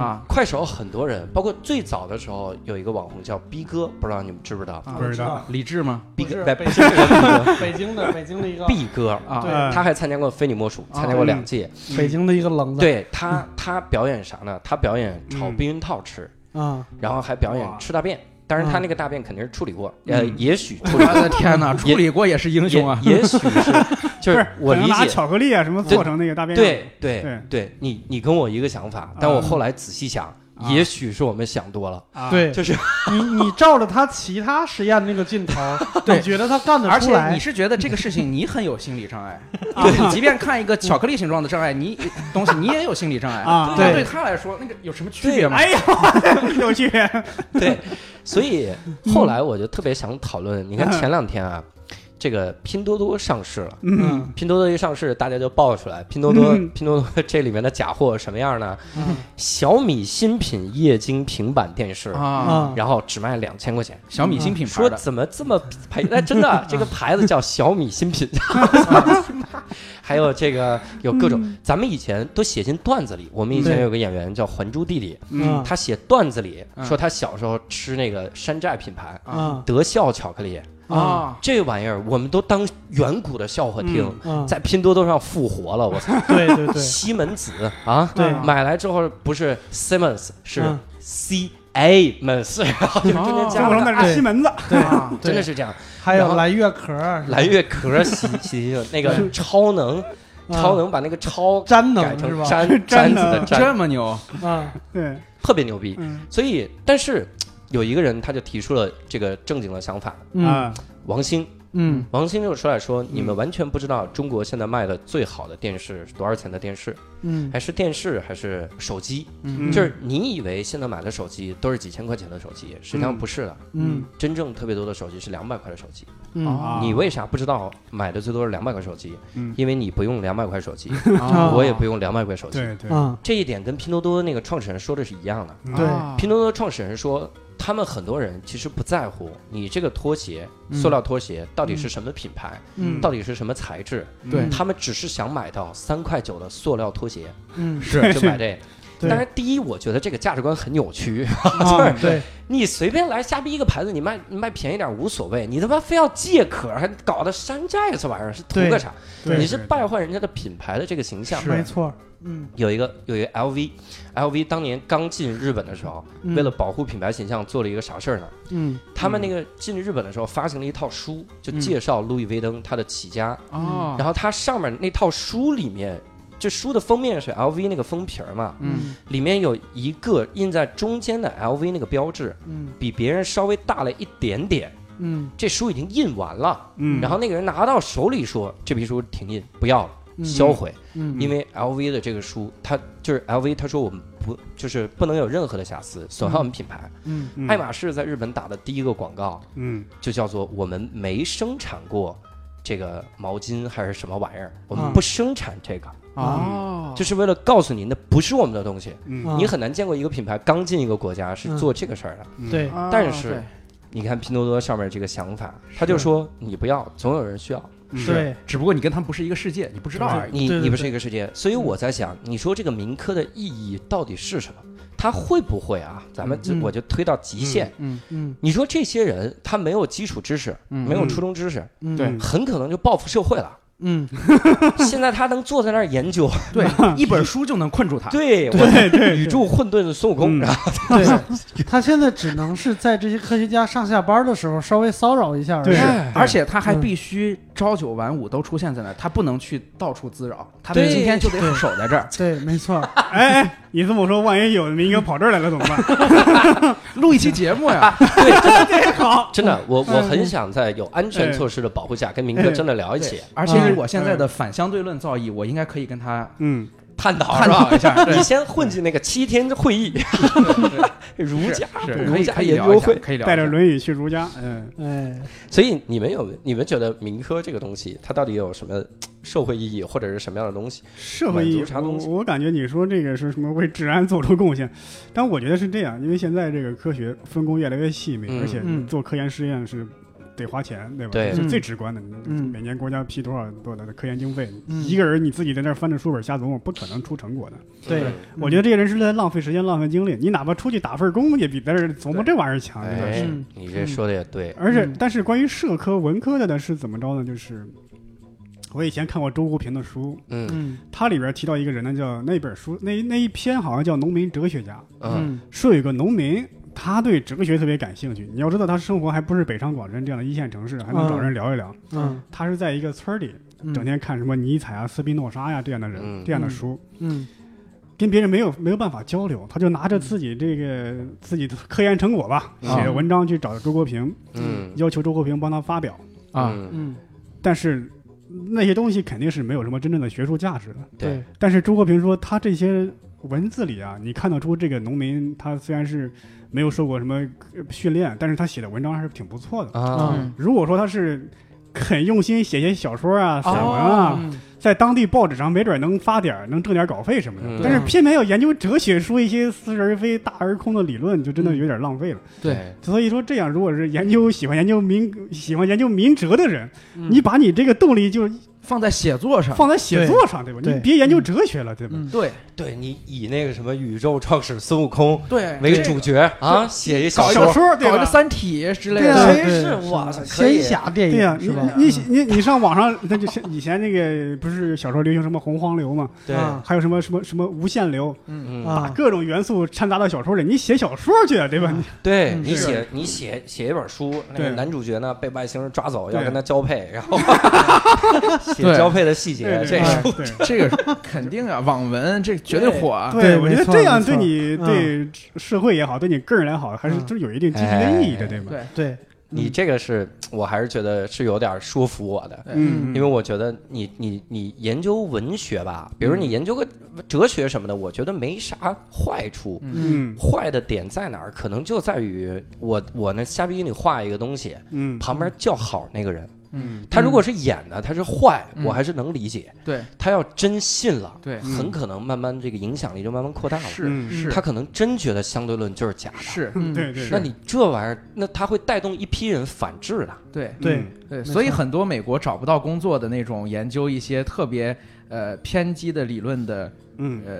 啊，快手很多人，包括最早的时候有一个网红叫逼哥，不知道你们知不知道？啊不知道，理智吗？逼哥是不北是不是逼 哥北京的北京的一个，B 哥，啊，对嗯他还参加过《非你莫属》，参加过两届。北京的一个棱子，对他，他表演啥呢？他表演炒避孕套吃，啊然后还表演哇吃大便。当然他那个大便肯定是处理过，呃，也许处我理过的天哪，处理过 也是嗯英雄啊！也也许是，就不是是我可理能拿解，巧克力啊什么做成那个大便样对对对对，你你跟我一个想法，但我后来仔细想，啊也许是我们想多了，啊，对，就是 你你照着他其他实验那个镜头，对你觉得他干 得而出且你来？是觉得这个事情你很有心理障碍， 对，即便看一个巧克力形状的障碍，你东西你也有心理障碍啊对那对他来说那个有什么区别吗？哎呀， 有趣， 对，所以嗯后来我就特别想讨论，你看前两天啊，这个拼多多上市了。嗯，拼多多一上市，大家就爆出来，拼多多、嗯 拼多多这里面的假货什么样呢？嗯 小米新品液晶平板电视，啊，啊，然后只卖两千块钱。小米新品牌说的，怎么这 么赔？哎，真的，这个牌子叫小米新品。还有这个有各嗯种，咱们以前都写进段子里。我们以前对有个演员叫《还珠弟弟》，嗯他写段子里嗯说他小时候吃那个山寨品牌啊德笑巧克力啊，这玩意儿，我们都当远古的笑话听，啊，在拼多多上复活了。我操，对对 对，西门子啊，对买来之后不是 Simmons 是嗯 C A m e n s 然后就中间哦中加国了哎人个那是西门子，对啊，真的是这样。还然有后来月壳儿，蓝月壳洗洗洗那个超能，啊超能把那个超 粘改能成是吧？粘粘粘子的能粘，这么牛，啊，对，特别牛逼。嗯所以，但是有一个人他就提出了这个正经的想法，嗯啊，王兴，嗯王兴就出来说，你们完全不知道中国现在卖的最好的电视是多少钱的电视，嗯还是电视还是手机？嗯就是你以为现在买的手机都是几千块钱的手机，实际上不是的，嗯真正特别多的手机是两百块的手机。嗯，啊你为啥不知道买的最多是两百块手机？嗯因为你不用两百块手机，啊我也不用两百块手机。对对啊，这一点跟拼多多那个创始人说的是一样的。嗯对啊拼多多创始人说，他们很多人其实不在乎你这个拖鞋，塑料拖鞋到底是什么品牌，嗯到底是什么材质，嗯对他们只是想买到三块九的塑料拖 鞋，嗯，是就买这个。对当然，第一，我觉得这个价值观很扭曲， 啊，对，你随便来瞎逼一个牌子，你卖你卖便宜点无所谓，你他妈非要借壳，还搞得山寨这玩意儿是图对个啥？对你是对败坏人家的品牌的这个形象。没错，嗯有一个有一个 LV，LV 当年刚进日本的时候，嗯为了保护品牌形象，做了一个啥事儿呢？嗯他们那个进日本的时候，发行了一套书，就嗯介绍路易威登它的起家。啊，然后它上面那套书里面，这书的封面是 LV 那个封皮儿嘛，嗯里面有一个印在中间的 LV 那个标志，嗯比别人稍微大了一点点。嗯，这书已经印完了，嗯，然后那个人拿到手里说：“这批书停印，不要了，嗯销毁。”嗯因为 LV 的这个书，它就是 LV，他说我们不就是不能有任何的瑕疵，损害我们品牌。嗯嗯爱马仕在日本打的第一个广告嗯就叫做“我们没生产过这个毛巾还是什么玩意儿，我们嗯不生产这个”，哦啊，就是为了告诉你那不是我们的东西。嗯啊你很难见过一个品牌刚进一个国家是嗯做这个事儿的。对，啊但是对你看拼多多上面这个想法，他就说嗯你不要，总有人需要。对，只不过你跟他们不是一个世界，你不知道而已。你对对你不对嗯是一个世界，所以我在想，你说这个民科的意义到底是什么？他会不会啊？咱们就嗯我就推到极限。嗯嗯你说这些人他没有基础知识，没有初中知识，嗯对很可能就报复社会 了。嗯现在他能坐在那儿研究，对， 一本书就能困住 他。对我对 对宇宙混沌孙悟空，嗯然后对，他现在只能是在这些科学家上下班的时候稍微骚扰一 下而已，对哎而且他嗯还必须朝九晚五都出现在那儿，他不能去到处滋扰，他对今天就得守在这儿。对，没错， 哎哎，你这么说，万一有民哥跑这儿来了怎么办？录一期节目呀，真的，我我嗯很想在有安全哎措施的保护下跟民科哎真的聊一起，而且以我现在嗯的反相对论造诣，我应该可以跟他嗯，探讨探是吧讨？一 下。对你先混进那个七天会议， 儒家是儒可以家可以研聊一究下会可以聊一下带着轮椅去如家，嗯，哎，所以你们有你们觉得民科这个东西，它到底有什么社会意义，或者是什么样的东西？社会意满义足，啥我东西我感觉你说这个是什么为治安做出贡献，但我觉得是这样，因为现在这个科学分工越来越细嗯微，而且嗯做科研实验是得花钱，对吧？对这是最直观的，嗯每年国家批多少多的科研经费，嗯一个人你自己在那儿翻着书本瞎琢磨，不可能出成果的。嗯对，我觉得这些人是在浪费时间、浪费精力，你哪怕出去打份工，也比在这儿琢磨这玩意儿强，对吧？哎嗯，你这说的也对，而且嗯，但是关于社科、文科的呢，是怎么着呢？就是我以前看过周国平的书，嗯嗯他里边提到一个人呢，叫那本书那那一篇好像叫《农民哲学家》，嗯，嗯说有个农民，他对哲学特别感兴趣。你要知道，他生活还不是北上广深这样的一线城市，还能找人聊一聊。嗯他是在一个村儿里，嗯整天看什么尼采啊、斯宾诺莎呀、这样的人、嗯这样的书，嗯跟别人没有没有办法交流，他就拿着自己这个自己的科研成果吧，嗯写文章去找周国平，嗯要求周国平帮他发表。啊，嗯嗯，但是那些东西肯定是没有什么真正的学术价值的。对对，但是周国平说，他这些文字里啊，你看得出这个农民他虽然是没有受过什么呃训练，但是他写的文章还是挺不错的。啊，嗯如果说他是肯用心写些小说啊、散文啊，哦嗯在当地报纸上没准能发点儿，能挣点稿费什么的。嗯但啊是偏偏要研究哲学，说一些似是而非、大而空的理论，就真嗯的有点浪费了。对，所以说，这样如果是研究喜欢研究民喜欢研究民哲的人，嗯你把你这个动力就放在写作上，放在写作上，对吧？对你别研究哲学了，对吧？嗯对对你以那个什么宇宙创始孙悟空对，为这主个角啊，写一小小说对搞一吧个《三体》之类对啊的，谁对是对哇是可以仙侠电对呀、影是吧？嗯你你你你上网上，那就是以前那个不是小时候流行什么洪荒流嘛，对，啊还有什么什么什么无限流，嗯把啊，各种元素掺杂到小说里，你写小说去，啊对吧？对嗯你是写你写写一本书，那个对男主角呢被外星人抓走，要对跟他交配，然 后写对交配的细你节，这对哎嗯是对对。这个是肯定啊，网文这绝对火啊。对我觉没得错这样没对错你嗯对社会也好，对你个人来好，还是嗯就是有一定积极的意义的，哎对吧？对，对，你这个是我还是觉得是有点说服我的。嗯，因为我觉得你你你研究文学吧，比如嗯你研究个哲学什么的，我觉得没啥坏处。嗯坏的点在哪儿？可能就在于我我那瞎逼给你画一个东西，嗯旁边叫好那个人，嗯，他如果是演的，他是坏，嗯我还是能理解。对他要真信了，对，很可能慢慢这个影响力就慢慢扩大了。嗯是嗯是他可能真觉得相对论就是假的，是，嗯对对那你这玩意儿，那他会带动一批人反制的。对嗯对对，错所以很多美国找不到工作的那种研究一些特别呃偏激的理论的嗯呃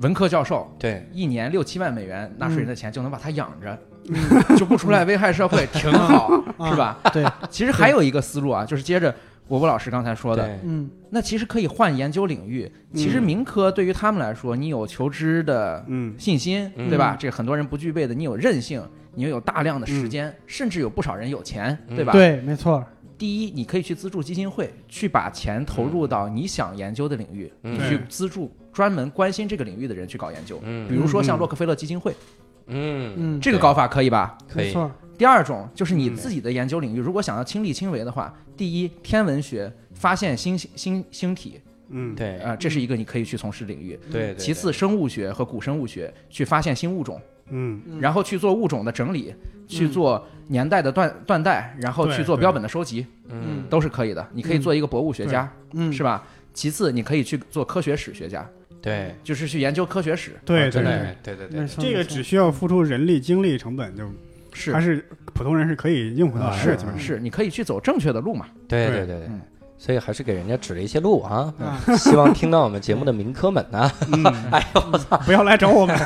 文科教授，对，一年六七万美元纳税人的钱就能把他养着， 就不出来危害社会，挺好，啊是吧？对，其实还有一个思路啊，就是接着伯伯老师刚才说的，对，嗯那其实可以换研究领域。其实嗯民科对于他们来说，你有求知的嗯信心，嗯对吧？这很多人不具备的，你有韧性，你又有大量的时间，甚至有不少人有钱，嗯对吧？对，没错，第一，你可以去资助基金会，去把钱投入到你想研究的领域，嗯你去资助专门关心这个领域的人去搞研究。比嗯如说像嗯洛克菲勒基金会，嗯，嗯，这个搞法可以吧？可没以，错，第二种就是你自己的研究领域，嗯如果想要亲力亲为的话，第一，天文学发现星星星体，嗯，对呃，这是一个你可以去从事领域。对对。其对次，生物学和古生物学去发现新物种，嗯嗯然后去做物种的整理，嗯去做年代的断断代，然后去对做对标本的收集，嗯都是可以的。你可以做一个博物学家，嗯是吧？其次，你可以去做科学史学家，，对，就是去研究科学史。对啊对真对。的，对对没对，错，这个没错只需要付出人力、精力、成本，就还是是普通人是可以应付到啊的，是基本上是，你可以去走正确的路嘛？对对对对对嗯，所以还是给人家指了一些路 啊。啊，希望听到我们节目的民科们呢，嗯，哎呦我操，不要来找我们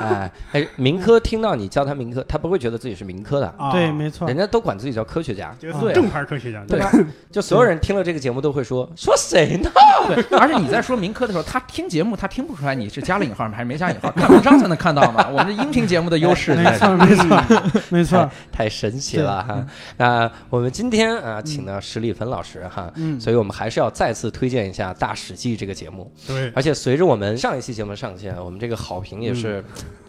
哎哎，民科听到你叫他民科，他不会觉得自己是民科的，啊！ 对，没错人，家都管自己叫科学家，就啊对是正牌科学家，对吧？吧？就所有人听了这个节目都会说说谁呢？对，而且你在说民科的时候，他听节目他听不出来你是加了引号吗还是没加引号，看文章才能看到嘛。我们这音频节目的优势哎没在这儿。错，没错，没错，太神奇了哈！那我们今天啊，请到史立芬老师哈，嗯所以我们还是要再次推荐一下《大史记》这个节目。对，而且随着我们上一期节目上线，我们这个好评也是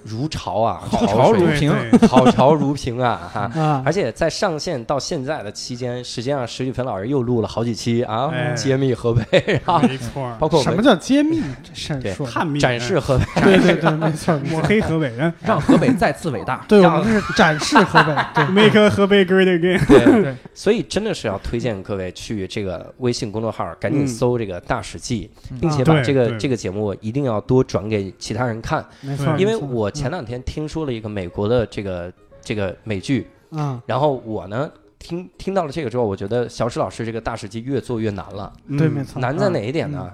如潮啊，好潮如对平 对好潮如萍啊哈！啊而，且在上线到现在的期间，实际上石宇芬老师又录了好几期啊，哎揭秘河北，然后没错儿，包括我什么们叫揭秘这事儿对说的？探秘展示河北，对对对，没错，没抹 错。黑河北人让河北再次伟大。对我们这是展示河北，对， ，make 河北 great again。对，所以真的是要推荐各位去这个微信公众号赶紧嗯搜这个《大史记嗯》， 并且把啊对这个对这个节目一定要多转给其他人看，没错。因啊没为错嗯我前两天听说了一个美国的这个这个美剧，啊，然后我呢听听到了这个之后，我觉得小史老师这个大史记越做越难了。对，嗯没错。难在哪一点呢？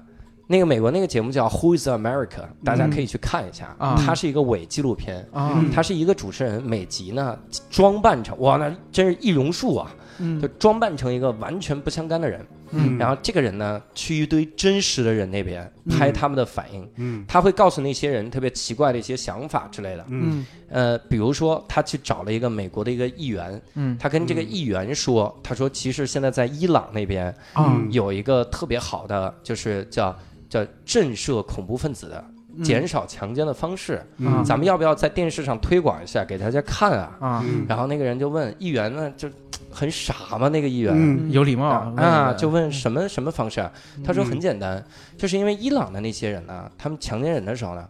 那个美国那个节目叫《Who Is America》，大家可以去看一下，啊它是一个伪纪录片。啊嗯它是一个主持人，每集呢装扮成哇，那真是易容术啊！嗯就装扮成一个完全不相干的人。嗯然后这个人呢，去一堆真实的人那边拍他们的反应，嗯他会告诉那些人特别奇怪的一些想法之类的。嗯嗯呃，比如说他去找了一个美国的一个议员，嗯他跟这个议员说，他说其实现在在伊朗那边嗯有一个特别好的，就是叫叫震慑恐怖分子的嗯减少强奸的方式，嗯咱们要不要在电视上推广一下，给大家看啊？啊，嗯然后那个人就问议员呢，就很傻嘛，那个议员。嗯有礼貌啊啊！就问什么什么方式啊？他说很简单，就是因为伊朗的那些人呢，他们强奸人的时候呢，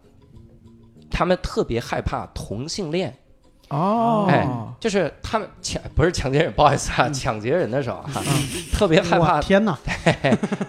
他们特别害怕同性恋，哦，哎，就是他们强不是强奸人，不好意思啊， 抢劫人的时候啊， 特别害我怕。天哪！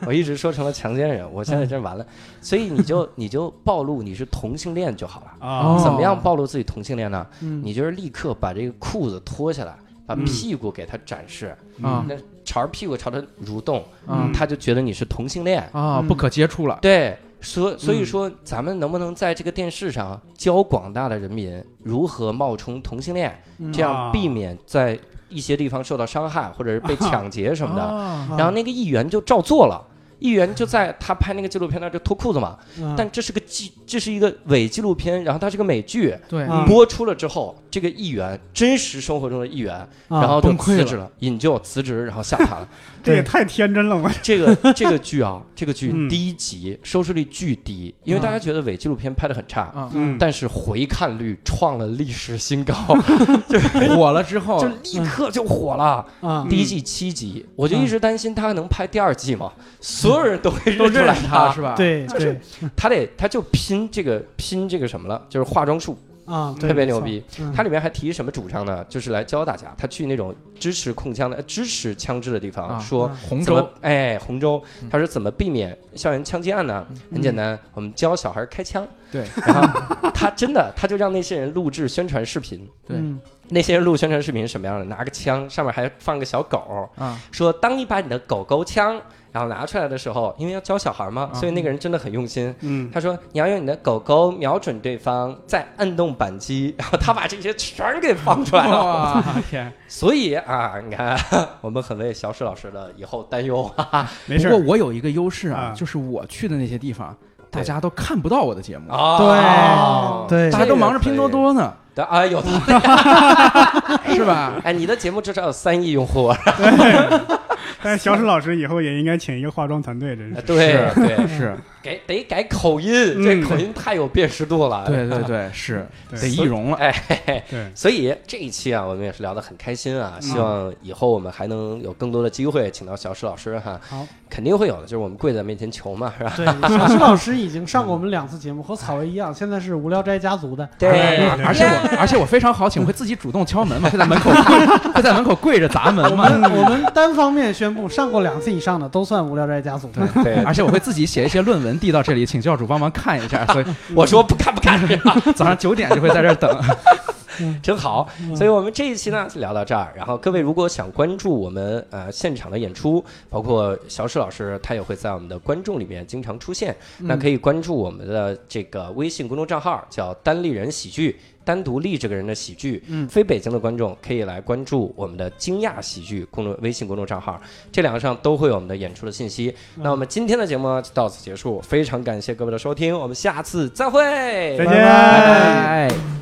我一直说成了强奸人，我现在真完了。所以你就你就暴露你是同性恋就好了。啊哦怎么样暴露自己同性恋呢？嗯你就是立刻把这个裤子脱下来，把屁股给他展示，嗯啊那朝着屁股朝他蠕动，嗯他就觉得你是同性恋。啊，嗯不可接触了，对，所所以说，咱们能不能在这个电视上教广大的人民如何冒充同性恋，嗯这啊样避免在一些地方受到伤害或者是被抢劫什么的？的，然后那个议员就照做了。议员就在他拍那个纪录片那儿就脱裤子嘛，嗯但这是个纪，这是一个伪纪录片，然后它是个美剧，对，啊播出了之后，这个议员真实生活中的议员，啊然后就崩溃辞了职了，引咎辞职，然后下台了。这也太天真了，我这个这个剧啊，这个剧嗯第一集收视率巨低，因为大家觉得伪纪录片拍的很差，啊，嗯但是回看率创了历史新高，火了之后就，立刻就火了。啊第一季七集，我就一直担心他还能拍第二季吗？所有人都会认出来他是吧？，对就对是他得他就拼这个拼这个什么了，就是化妆术啊，对特别没牛错逼。嗯它里面还提什么主张呢？就是来教大家，他去那种支持控枪的、呃支持枪支的地方，啊嗯说红怎么州，哎，红州嗯，他说怎么避免校园枪击案呢？很简单，我们教小孩开枪。对，然后他真的，他就让那些人录制宣传视频。对嗯那些人录宣传视频是什么样的？拿个枪，上面还放个小狗，啊，说当你把你的狗狗枪，然后拿出来的时候，因为要教小孩嘛，啊所以那个人真的很用心。嗯他说：“你要用你的狗狗瞄准对方，再按动扳机。”然后他把这些全给放出 来了。哇， 天，所以啊，你看， 我们很为小史老师的以后担忧。哈哈没事不儿过我有一个优势啊啊，就是我去的那些地方，大家都看不到我的节啊目，哦对大家都忙着拼多。多呢，这个可以对啊，有道理。是吧？哎，你的节目至少有三亿用户。但是小史老师以后也应该请一个化妆团队，哎真是。 对 对，是，改得改口音，这口音太有辨识度了。嗯哎对对对，是对得易容了，对， 所以这一期啊，我们也是聊得很开心嗯啊，希望以后我们还能有更多的机会请到小史老师哈，好，肯定会有的，就是我们跪在面前求嘛，是吧？ 对，小石老师已经上过我们两次节目，和草薇一样，现在是无聊斋家族的。对哎而且我而且我非常好请，我会自己主动敲门嘛，会在门口跪，会在门口跪着砸门嘛，我们单方面宣布，上过两次以上的都算无聊斋家族。对，对，而且我会自己写一些论文递到这里，请教主帮忙看一下。所以啊我说不看不看，早上九点就会在这儿等。真好。所以我们这一期呢就聊到这儿。然后各位如果想关注我们呃现场的演出，包括小史老师他也会在我们的观众里面经常出现，那可以关注我们的这个微信公众账号，叫“单立人喜剧”。单独立这个人的喜剧，嗯，非北京的观众可以来关注我们的惊讶喜剧公众微信公众账号，这两个上都会有我们的演出的信息。那我们今天的节目呢就到此结束，非常感谢各位的收听，我们下次再会，再见拜拜拜。